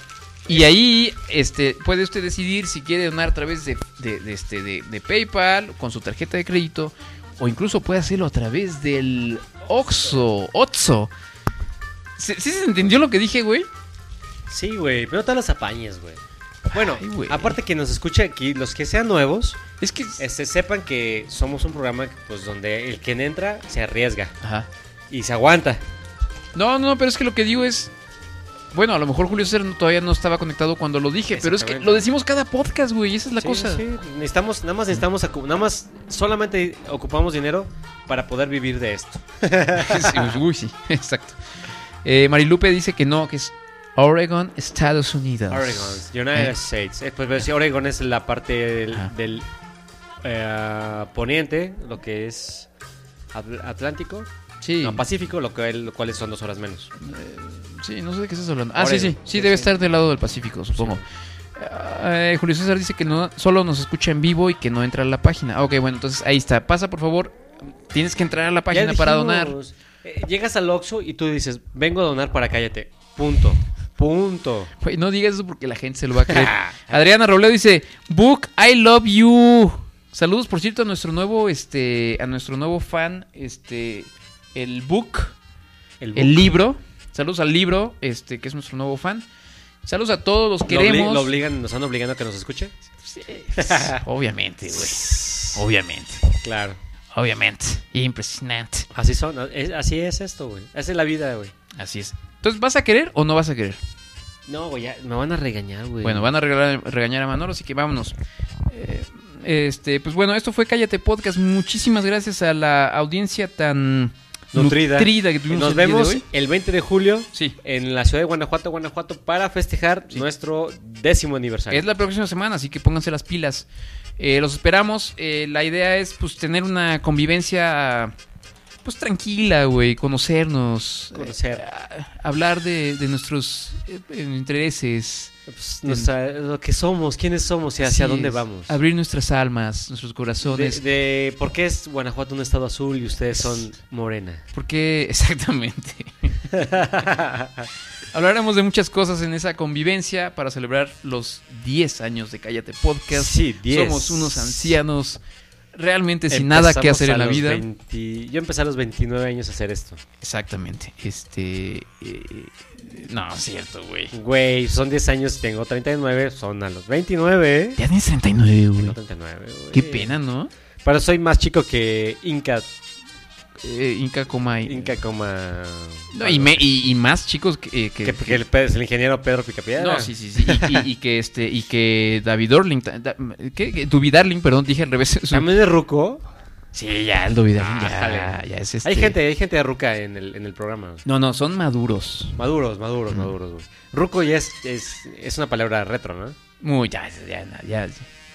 Y ahí este, puede usted decidir si quiere donar a través de, de- de este, de, de PayPal, con su tarjeta de crédito, o incluso puede hacerlo a través del Oxxo. Oxxo. ¿Sí, sí se entendió lo que dije, güey?
Sí, güey, pero no te las apañes, güey. Bueno,
Ay, güey.
aparte que nos escuche aquí, los que sean nuevos,
Es que...
este, sepan que somos un programa pues, donde el quien entra se arriesga
Ajá.
y se aguanta.
No, no, pero es que lo que digo es... Bueno, a lo mejor Julio César no- todavía no estaba conectado cuando lo dije, pero es que
Exactamente.
lo decimos cada podcast, güey, esa es la
Sí,
cosa. *laughs*
sí, necesitamos, nada más necesitamos, acu- nada más solamente ocupamos dinero para poder vivir de esto.
Sí, pues, uy, sí, *laughs* exacto. Eh, Marilupe dice que no, que es Oregon, Estados Unidos.
Oregon, United
Eh.
States. Eh, pues, pero sí, Oregon es la parte del,
Ajá.
del, eh, poniente, lo que es Atl- Atlántico,
Sí.
no, Pacífico, lo, que, lo cual son dos horas menos.
Sí, no sé de qué estás hablando. Ah, sí,
Oregon.
sí, sí,
Sí,
debe
sí.
estar del lado del Pacífico, supongo. Eh, Julio César dice que no, solo nos escucha en vivo y que no entra a la página. Ah, ok, bueno, entonces ahí está. Pasa, por favor. Tienes que entrar a la página
Ya
para
dijimos.
donar.
eh, llegas al Oxxo y tú dices, vengo a donar para cállate. Punto. Punto.
Güey, no digas eso porque la gente se lo va a
*laughs*
creer. Adriana Robledo dice, Book, I love you. Saludos, por cierto, a nuestro nuevo, este, a nuestro nuevo fan, este, el Book,
El,
el libro. Saludos al libro, este, que es nuestro nuevo fan. Saludos a todos, los
Lo obli-
queremos.
lo obligan, nos están obligando a que nos escuche.
Sí, *laughs* obviamente, güey. Obviamente,
Claro.
obviamente. Impresionante.
Así son, es- así es esto, güey. Esa es la vida, güey.
Así es. Entonces, ¿vas a querer o no vas a querer?
No, güey, ya me van a regañar, güey.
Bueno, van a regalar- regañar a Manolo, así que vámonos. Eh, este, pues bueno, esto fue Cállate Podcast. Muchísimas gracias a la audiencia tan
Nutrida.
que tuvimos
Nos
el día de
vemos
hoy.
el 20 de julio
Sí.
en la ciudad de Guanajuato, Guanajuato, para festejar nuestro décimo aniversario.
Es la próxima semana, así que pónganse las pilas. Eh, los esperamos. Eh, la idea es pues tener una convivencia pues tranquila, güey, conocernos,
Conocer.
eh, a- hablar de, de nuestros eh, eh, intereses,
Pues, nuestra- lo que somos, quiénes somos y
Así
hacia dónde
es.
vamos.
abrir nuestras almas, nuestros
de,
corazones,
de por qué es Guanajuato un estado azul y ustedes son morena.
Porque, *laughs*
*laughs*
exactamente. Hablaremos de muchas cosas en esa convivencia para celebrar los 10 años de Cállate Podcast.
Sí, 10.
Somos unos ancianos realmente sin
Empezamos
nada que hacer
a
en la
los
vida.
20 yo empecé a los 29 años a hacer esto.
Exactamente. Este. eh, no, es cierto, güey.
Güey, son 10 años, tengo 39, son a los 29. ¿eh?
Ya tienes 39, güey.
Tengo 39, güey.
Qué pena, ¿no?
Pero soy más chico que Inca,
Eh, Inca Comay.
Inca coma...
No, y, me- y- y más chicos que. eh, que-
Que, que el, pe- el ingeniero Pedro Picapiedra.
No, sí, sí, sí. Y, y- y que este, y que David Orling, ta- da- ¿qué? Que Duby Darling, perdón, dije al revés. Es un-
También de Ruco.
Sí, ya el Duby Darling,
Ah,
ya, ya es este.
Hay gente, hay gente de Ruca en el, en el programa.
No, no, son maduros.
Maduros, maduros, maduros. güey. Ruco ya es, es, es una palabra retro, ¿no?
Muy, ya, ya, ya. ya.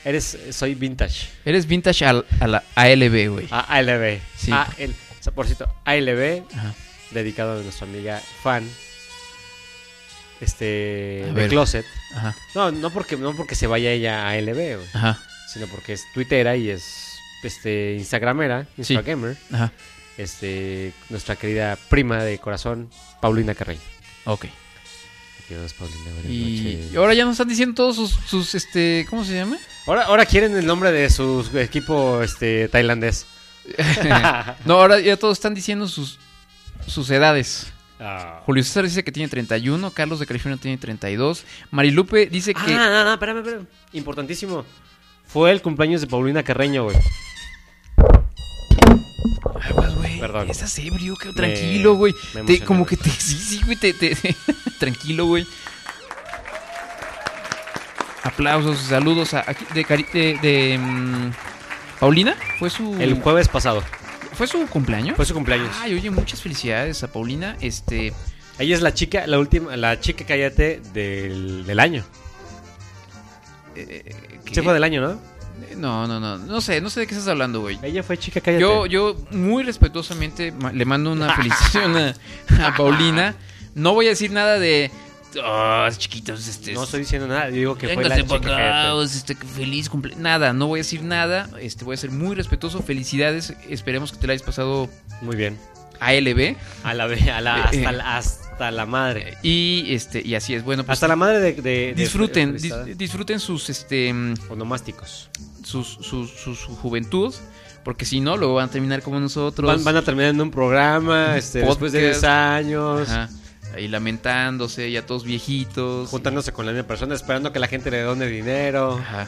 Eres, soy vintage.
Eres vintage al, a la ALB, güey.
A ALB.
Sí.
AL, o sea, por cierto, ALB,
Ajá.
dedicado a nuestra amiga fan. Este.
A
de
ver.
Closet.
Ajá,
No, no porque, no porque se vaya ella a ALB, güey,
ajá,
sino porque es twittera y es este Instagramera, Instagamer.
ajá.
Este, nuestra querida prima de corazón, Paulina Carrey.
Ok.
Adiós, Paulina, buenas
Y
noches.
ahora ya nos están diciendo todos sus, sus, este, ¿cómo se
*laughs*
llama?
Ahora, ahora quieren el nombre de su equipo este, tailandés.
No, ahora ya todos están diciendo sus, sus edades.
Ah.
Julio César dice que tiene 31, Carlos de California tiene 32, Marilupe dice que...
Ah, no, no, espérame, espérame. Importantísimo. Fue el cumpleaños de Paulina Carreño, güey.
Aguas, pues, güey.
Perdón.
Estás ebrio, que- tranquilo, güey.
me
Te-
emocioné,
Como que
güey.
te. Sí, sí, güey. Te, te- *laughs* tranquilo, güey. Aplausos, saludos a, aquí de, Cari- de, de, mm, Paulina. ¿Fue su,
El jueves pasado.
¿Fue su cumpleaños?
Fue su cumpleaños.
Ay, oye, muchas felicidades a Paulina. Este,
Ella es la chica, la última, la chica cállate del, del año.
¿qué?
Se fue del año, ¿no?
eh, No, no, no. No sé, no sé de qué estás hablando, güey.
Ella fue chica cállate.
Yo, yo muy respetuosamente ma- le mando
*laughs*
una felicitación a, a Paulina. No voy a decir nada de. "Ah, chiquitos, este.
no estoy diciendo nada, yo digo que fue la
Vénganse
chica
para acá,
cállate.
este, que feliz cumple. Nada, no voy a decir nada. Este, voy a ser muy respetuoso. Felicidades. Esperemos que te la hayas pasado
Muy bien.
ALB.
A la, ve- a la-
Eh, eh.
hasta, la- hasta la madre.
Y este, y así es. Bueno, pues
Hasta la madre de. de- de-
disfruten,
de-
dis-
de-
disfruten sus este mm,
Onomásticos.
sus, sus, sus- su juventud. Porque si no, luego van a terminar como nosotros.
Van, van a terminar en un programa este, después de
Podcast.
10 años.
Ajá, ahí lamentándose, ya todos viejitos.
Juntándose con la misma persona, esperando que la gente le done dinero.
Ajá.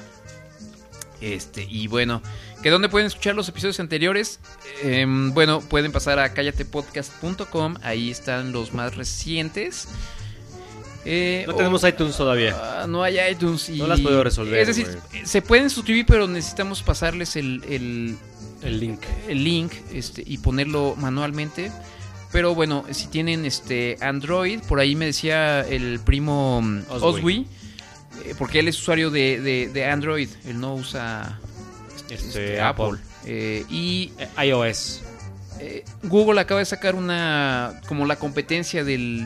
Este, y bueno, ¿que dónde pueden escuchar los episodios anteriores? Em, bueno, pueden pasar a callatepodcast.com, ahí están los más recientes. Eh,
No
o-
tenemos iTunes todavía.
Ah, no hay iTunes y...
No las puedo resolver,
Es decir, se pueden suscribir, pero necesitamos pasarles el, el-
El link.
el link este, y ponerlo manualmente. Pero bueno, si tienen este Android, por ahí me decía el primo mm,
Oswi.
Oswi, eh, porque él es usuario de, de- de Android, él no usa este,
Este, Apple.
Eh, y
Eh, iOS.
eh, Google acaba de sacar una, como la competencia del...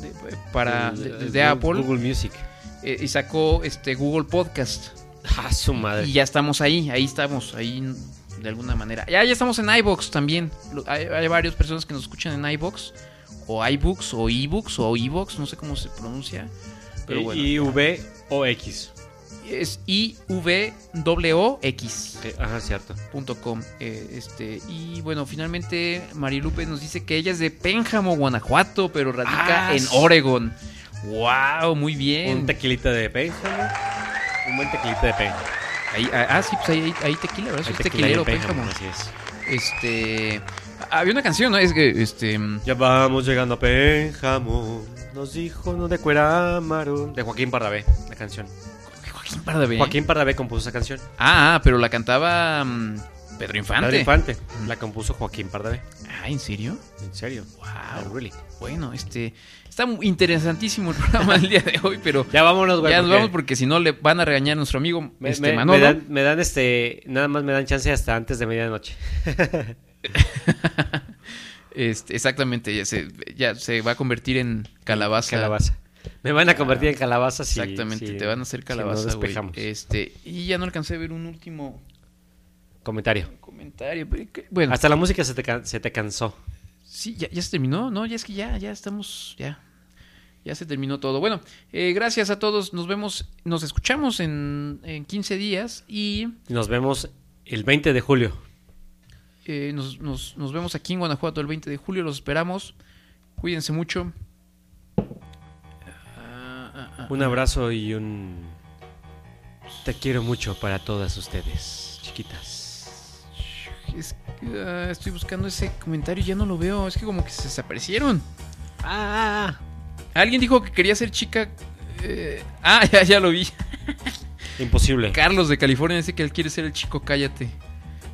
de- para
El-
de,
el-
de Apple
Eh, Google Music.
eh, y sacó este Google Podcast
Ah, su madre.
y ya estamos ahí ahí estamos ahí de alguna manera. Ya, ya estamos en iBox también. Lo- Hay, hay varias personas que nos escuchan en iBox, o iBooks, o eBooks, o iBox, no sé cómo se pronuncia.
Eh,
Pero bueno,
I-V-O-X.
es IVWX.
Eh, Ajá, cierto.
Com, eh, este, y bueno, finalmente Marilupe nos dice que ella es de Pénjamo, Guanajuato, pero radica
Ah,
en
sí.
Oregon. ¡Wow! Muy
Un
bien.
tequilita de Pénjamo. Un buen tequilita de Pénjamo.
Ahí- ah, ah, sí, pues ahí, ahí- ahí tequila, ¿verdad?
Hay
Es
tequila pues.
tequilero,
de Pénjamo,
Pénjamo.
Así es.
Este. Había una canción, ¿no? Es que, este. mm,
Ya vamos llegando a Pénjamo. Nos dijo no de Cuerámaro. De Joaquín Pardavé, la canción.
Joaquín Pardavé.
Joaquín Pardavé compuso esa canción.
Ah, ah, pero la cantaba. mm, Pedro Infante.
La de Infante.
Mm.
La compuso Joaquín Pardavé.
Ah, ¿en serio?
En serio.
Wow. Bueno, este. Está muy interesantísimo el *laughs* programa del día de hoy, pero.
Ya vámonos, güey.
ya nos
porque
vamos porque si no le van a regañar a nuestro amigo
Me,
este,
me- me
Manolo.
dan, me dan, este. Nada más me dan chance hasta antes de medianoche.
Este, exactamente, ya se, ya se va a convertir en calabaza.
Calabaza. Me van a convertir en calabaza si.
Exactamente,
si-
te van a hacer
si
calabaza,
no
güey.
despejamos.
este, y ya no alcancé a ver un último
Comentario.
comentario. pero que- Bueno,
Hasta la música se te, can- se te cansó.
Sí, ya, ya se terminó, ¿no? Ya es que ya, ya estamos, ya. Ya se terminó todo. Bueno, eh, gracias a todos. Nos vemos, nos escuchamos en, en 15 días y
Nos vemos el 20 de julio.
eh, nos, nos- nos vemos aquí en Guanajuato el 20 de julio. Los esperamos. Cuídense mucho. Ah, ah, ah.
Un abrazo y un. Te quiero mucho para todas ustedes, chiquitas.
Es que, ah, estoy buscando ese comentario, ya no lo veo. Es que como que se desaparecieron.
Ah,
Alguien dijo que quería ser chica. eh, ah, *laughs* ya, ya lo vi.
imposible.
Carlos de California dice que él quiere ser el chico, cállate.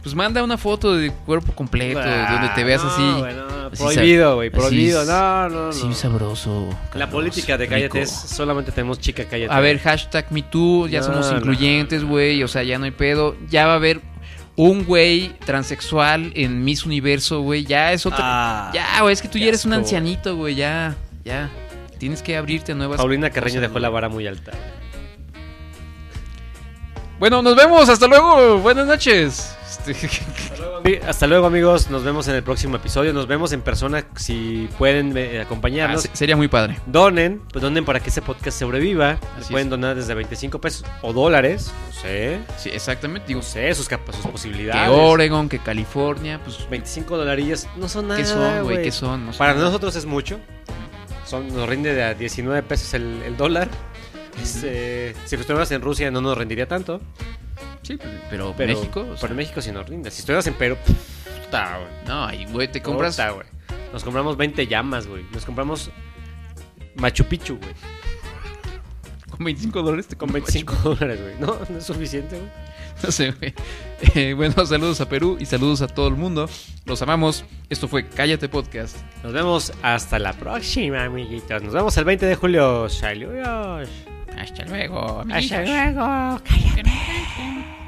Pues manda una foto de cuerpo completo,
Ah,
donde te veas
no,
así.
güey, no,
así
prohibido, güey,
así
prohibido.
es-
No, no, no.
Sí, sabroso.
La
Carlos,
política de cállate
rico.
es solamente tenemos chica cállate.
A ver, hashtag MeToo, ya
No,
somos
no,
incluyentes, güey, o sea, ya no hay pedo. Ya va a haber un güey transexual en Miss Universo, güey, ya es otro.
Ah,
ya, güey, es que tú ya
qué
eres un
asco.
ancianito, güey, ya, ya. Tienes que abrirte a nuevas
Paulina Carreño
cosas,
dejó
güey.
la vara muy alta.
Bueno, nos vemos, hasta luego, buenas noches. Este, *laughs*
Sí, Hasta luego, amigos. Nos vemos en el próximo episodio. Nos vemos en persona si pueden eh,
Ah,
acompañarnos.
se- sería muy padre.
Donen, pues donen para que este podcast sobreviva. Le
Así
pueden
es.
donar desde 25 pesos o dólares. No sé.
Sí, exactamente.
No
Digo,
sé, sus, capas, sus
que
posibilidades.
Oregon, que California, pues,
25 dolarillos no son nada.
¿qué son, Ah, güey?
güey.
¿Qué son? No sé.
Para nosotros es mucho. Son, nos rinde de a 19 pesos el, el dólar. Este, si estuvieras en Rusia no nos rendiría tanto.
Sí, pues, pero,
Pero,
México. o sea,
pero en México sí nos rinde. Si estuvieras en Perú, pff, puta, güey.
No, ahí, güey, te compras.
Puta, güey. Nos compramos 20 llamas, güey. Nos compramos Machu Picchu, güey.
Con 25 dólares te
Con
compras.
25 dólares, güey. No, no es suficiente, güey.
*laughs* No sé, güey. Eh, bueno, *laughs* saludos a Perú y saludos a todo el mundo. Los amamos. Esto fue Cállate Podcast.
Nos vemos hasta la próxima, amiguitos. Nos vemos el 20 de julio. Saludos.
Hasta luego,
Hasta
amiguitos.
luego.
Cállate.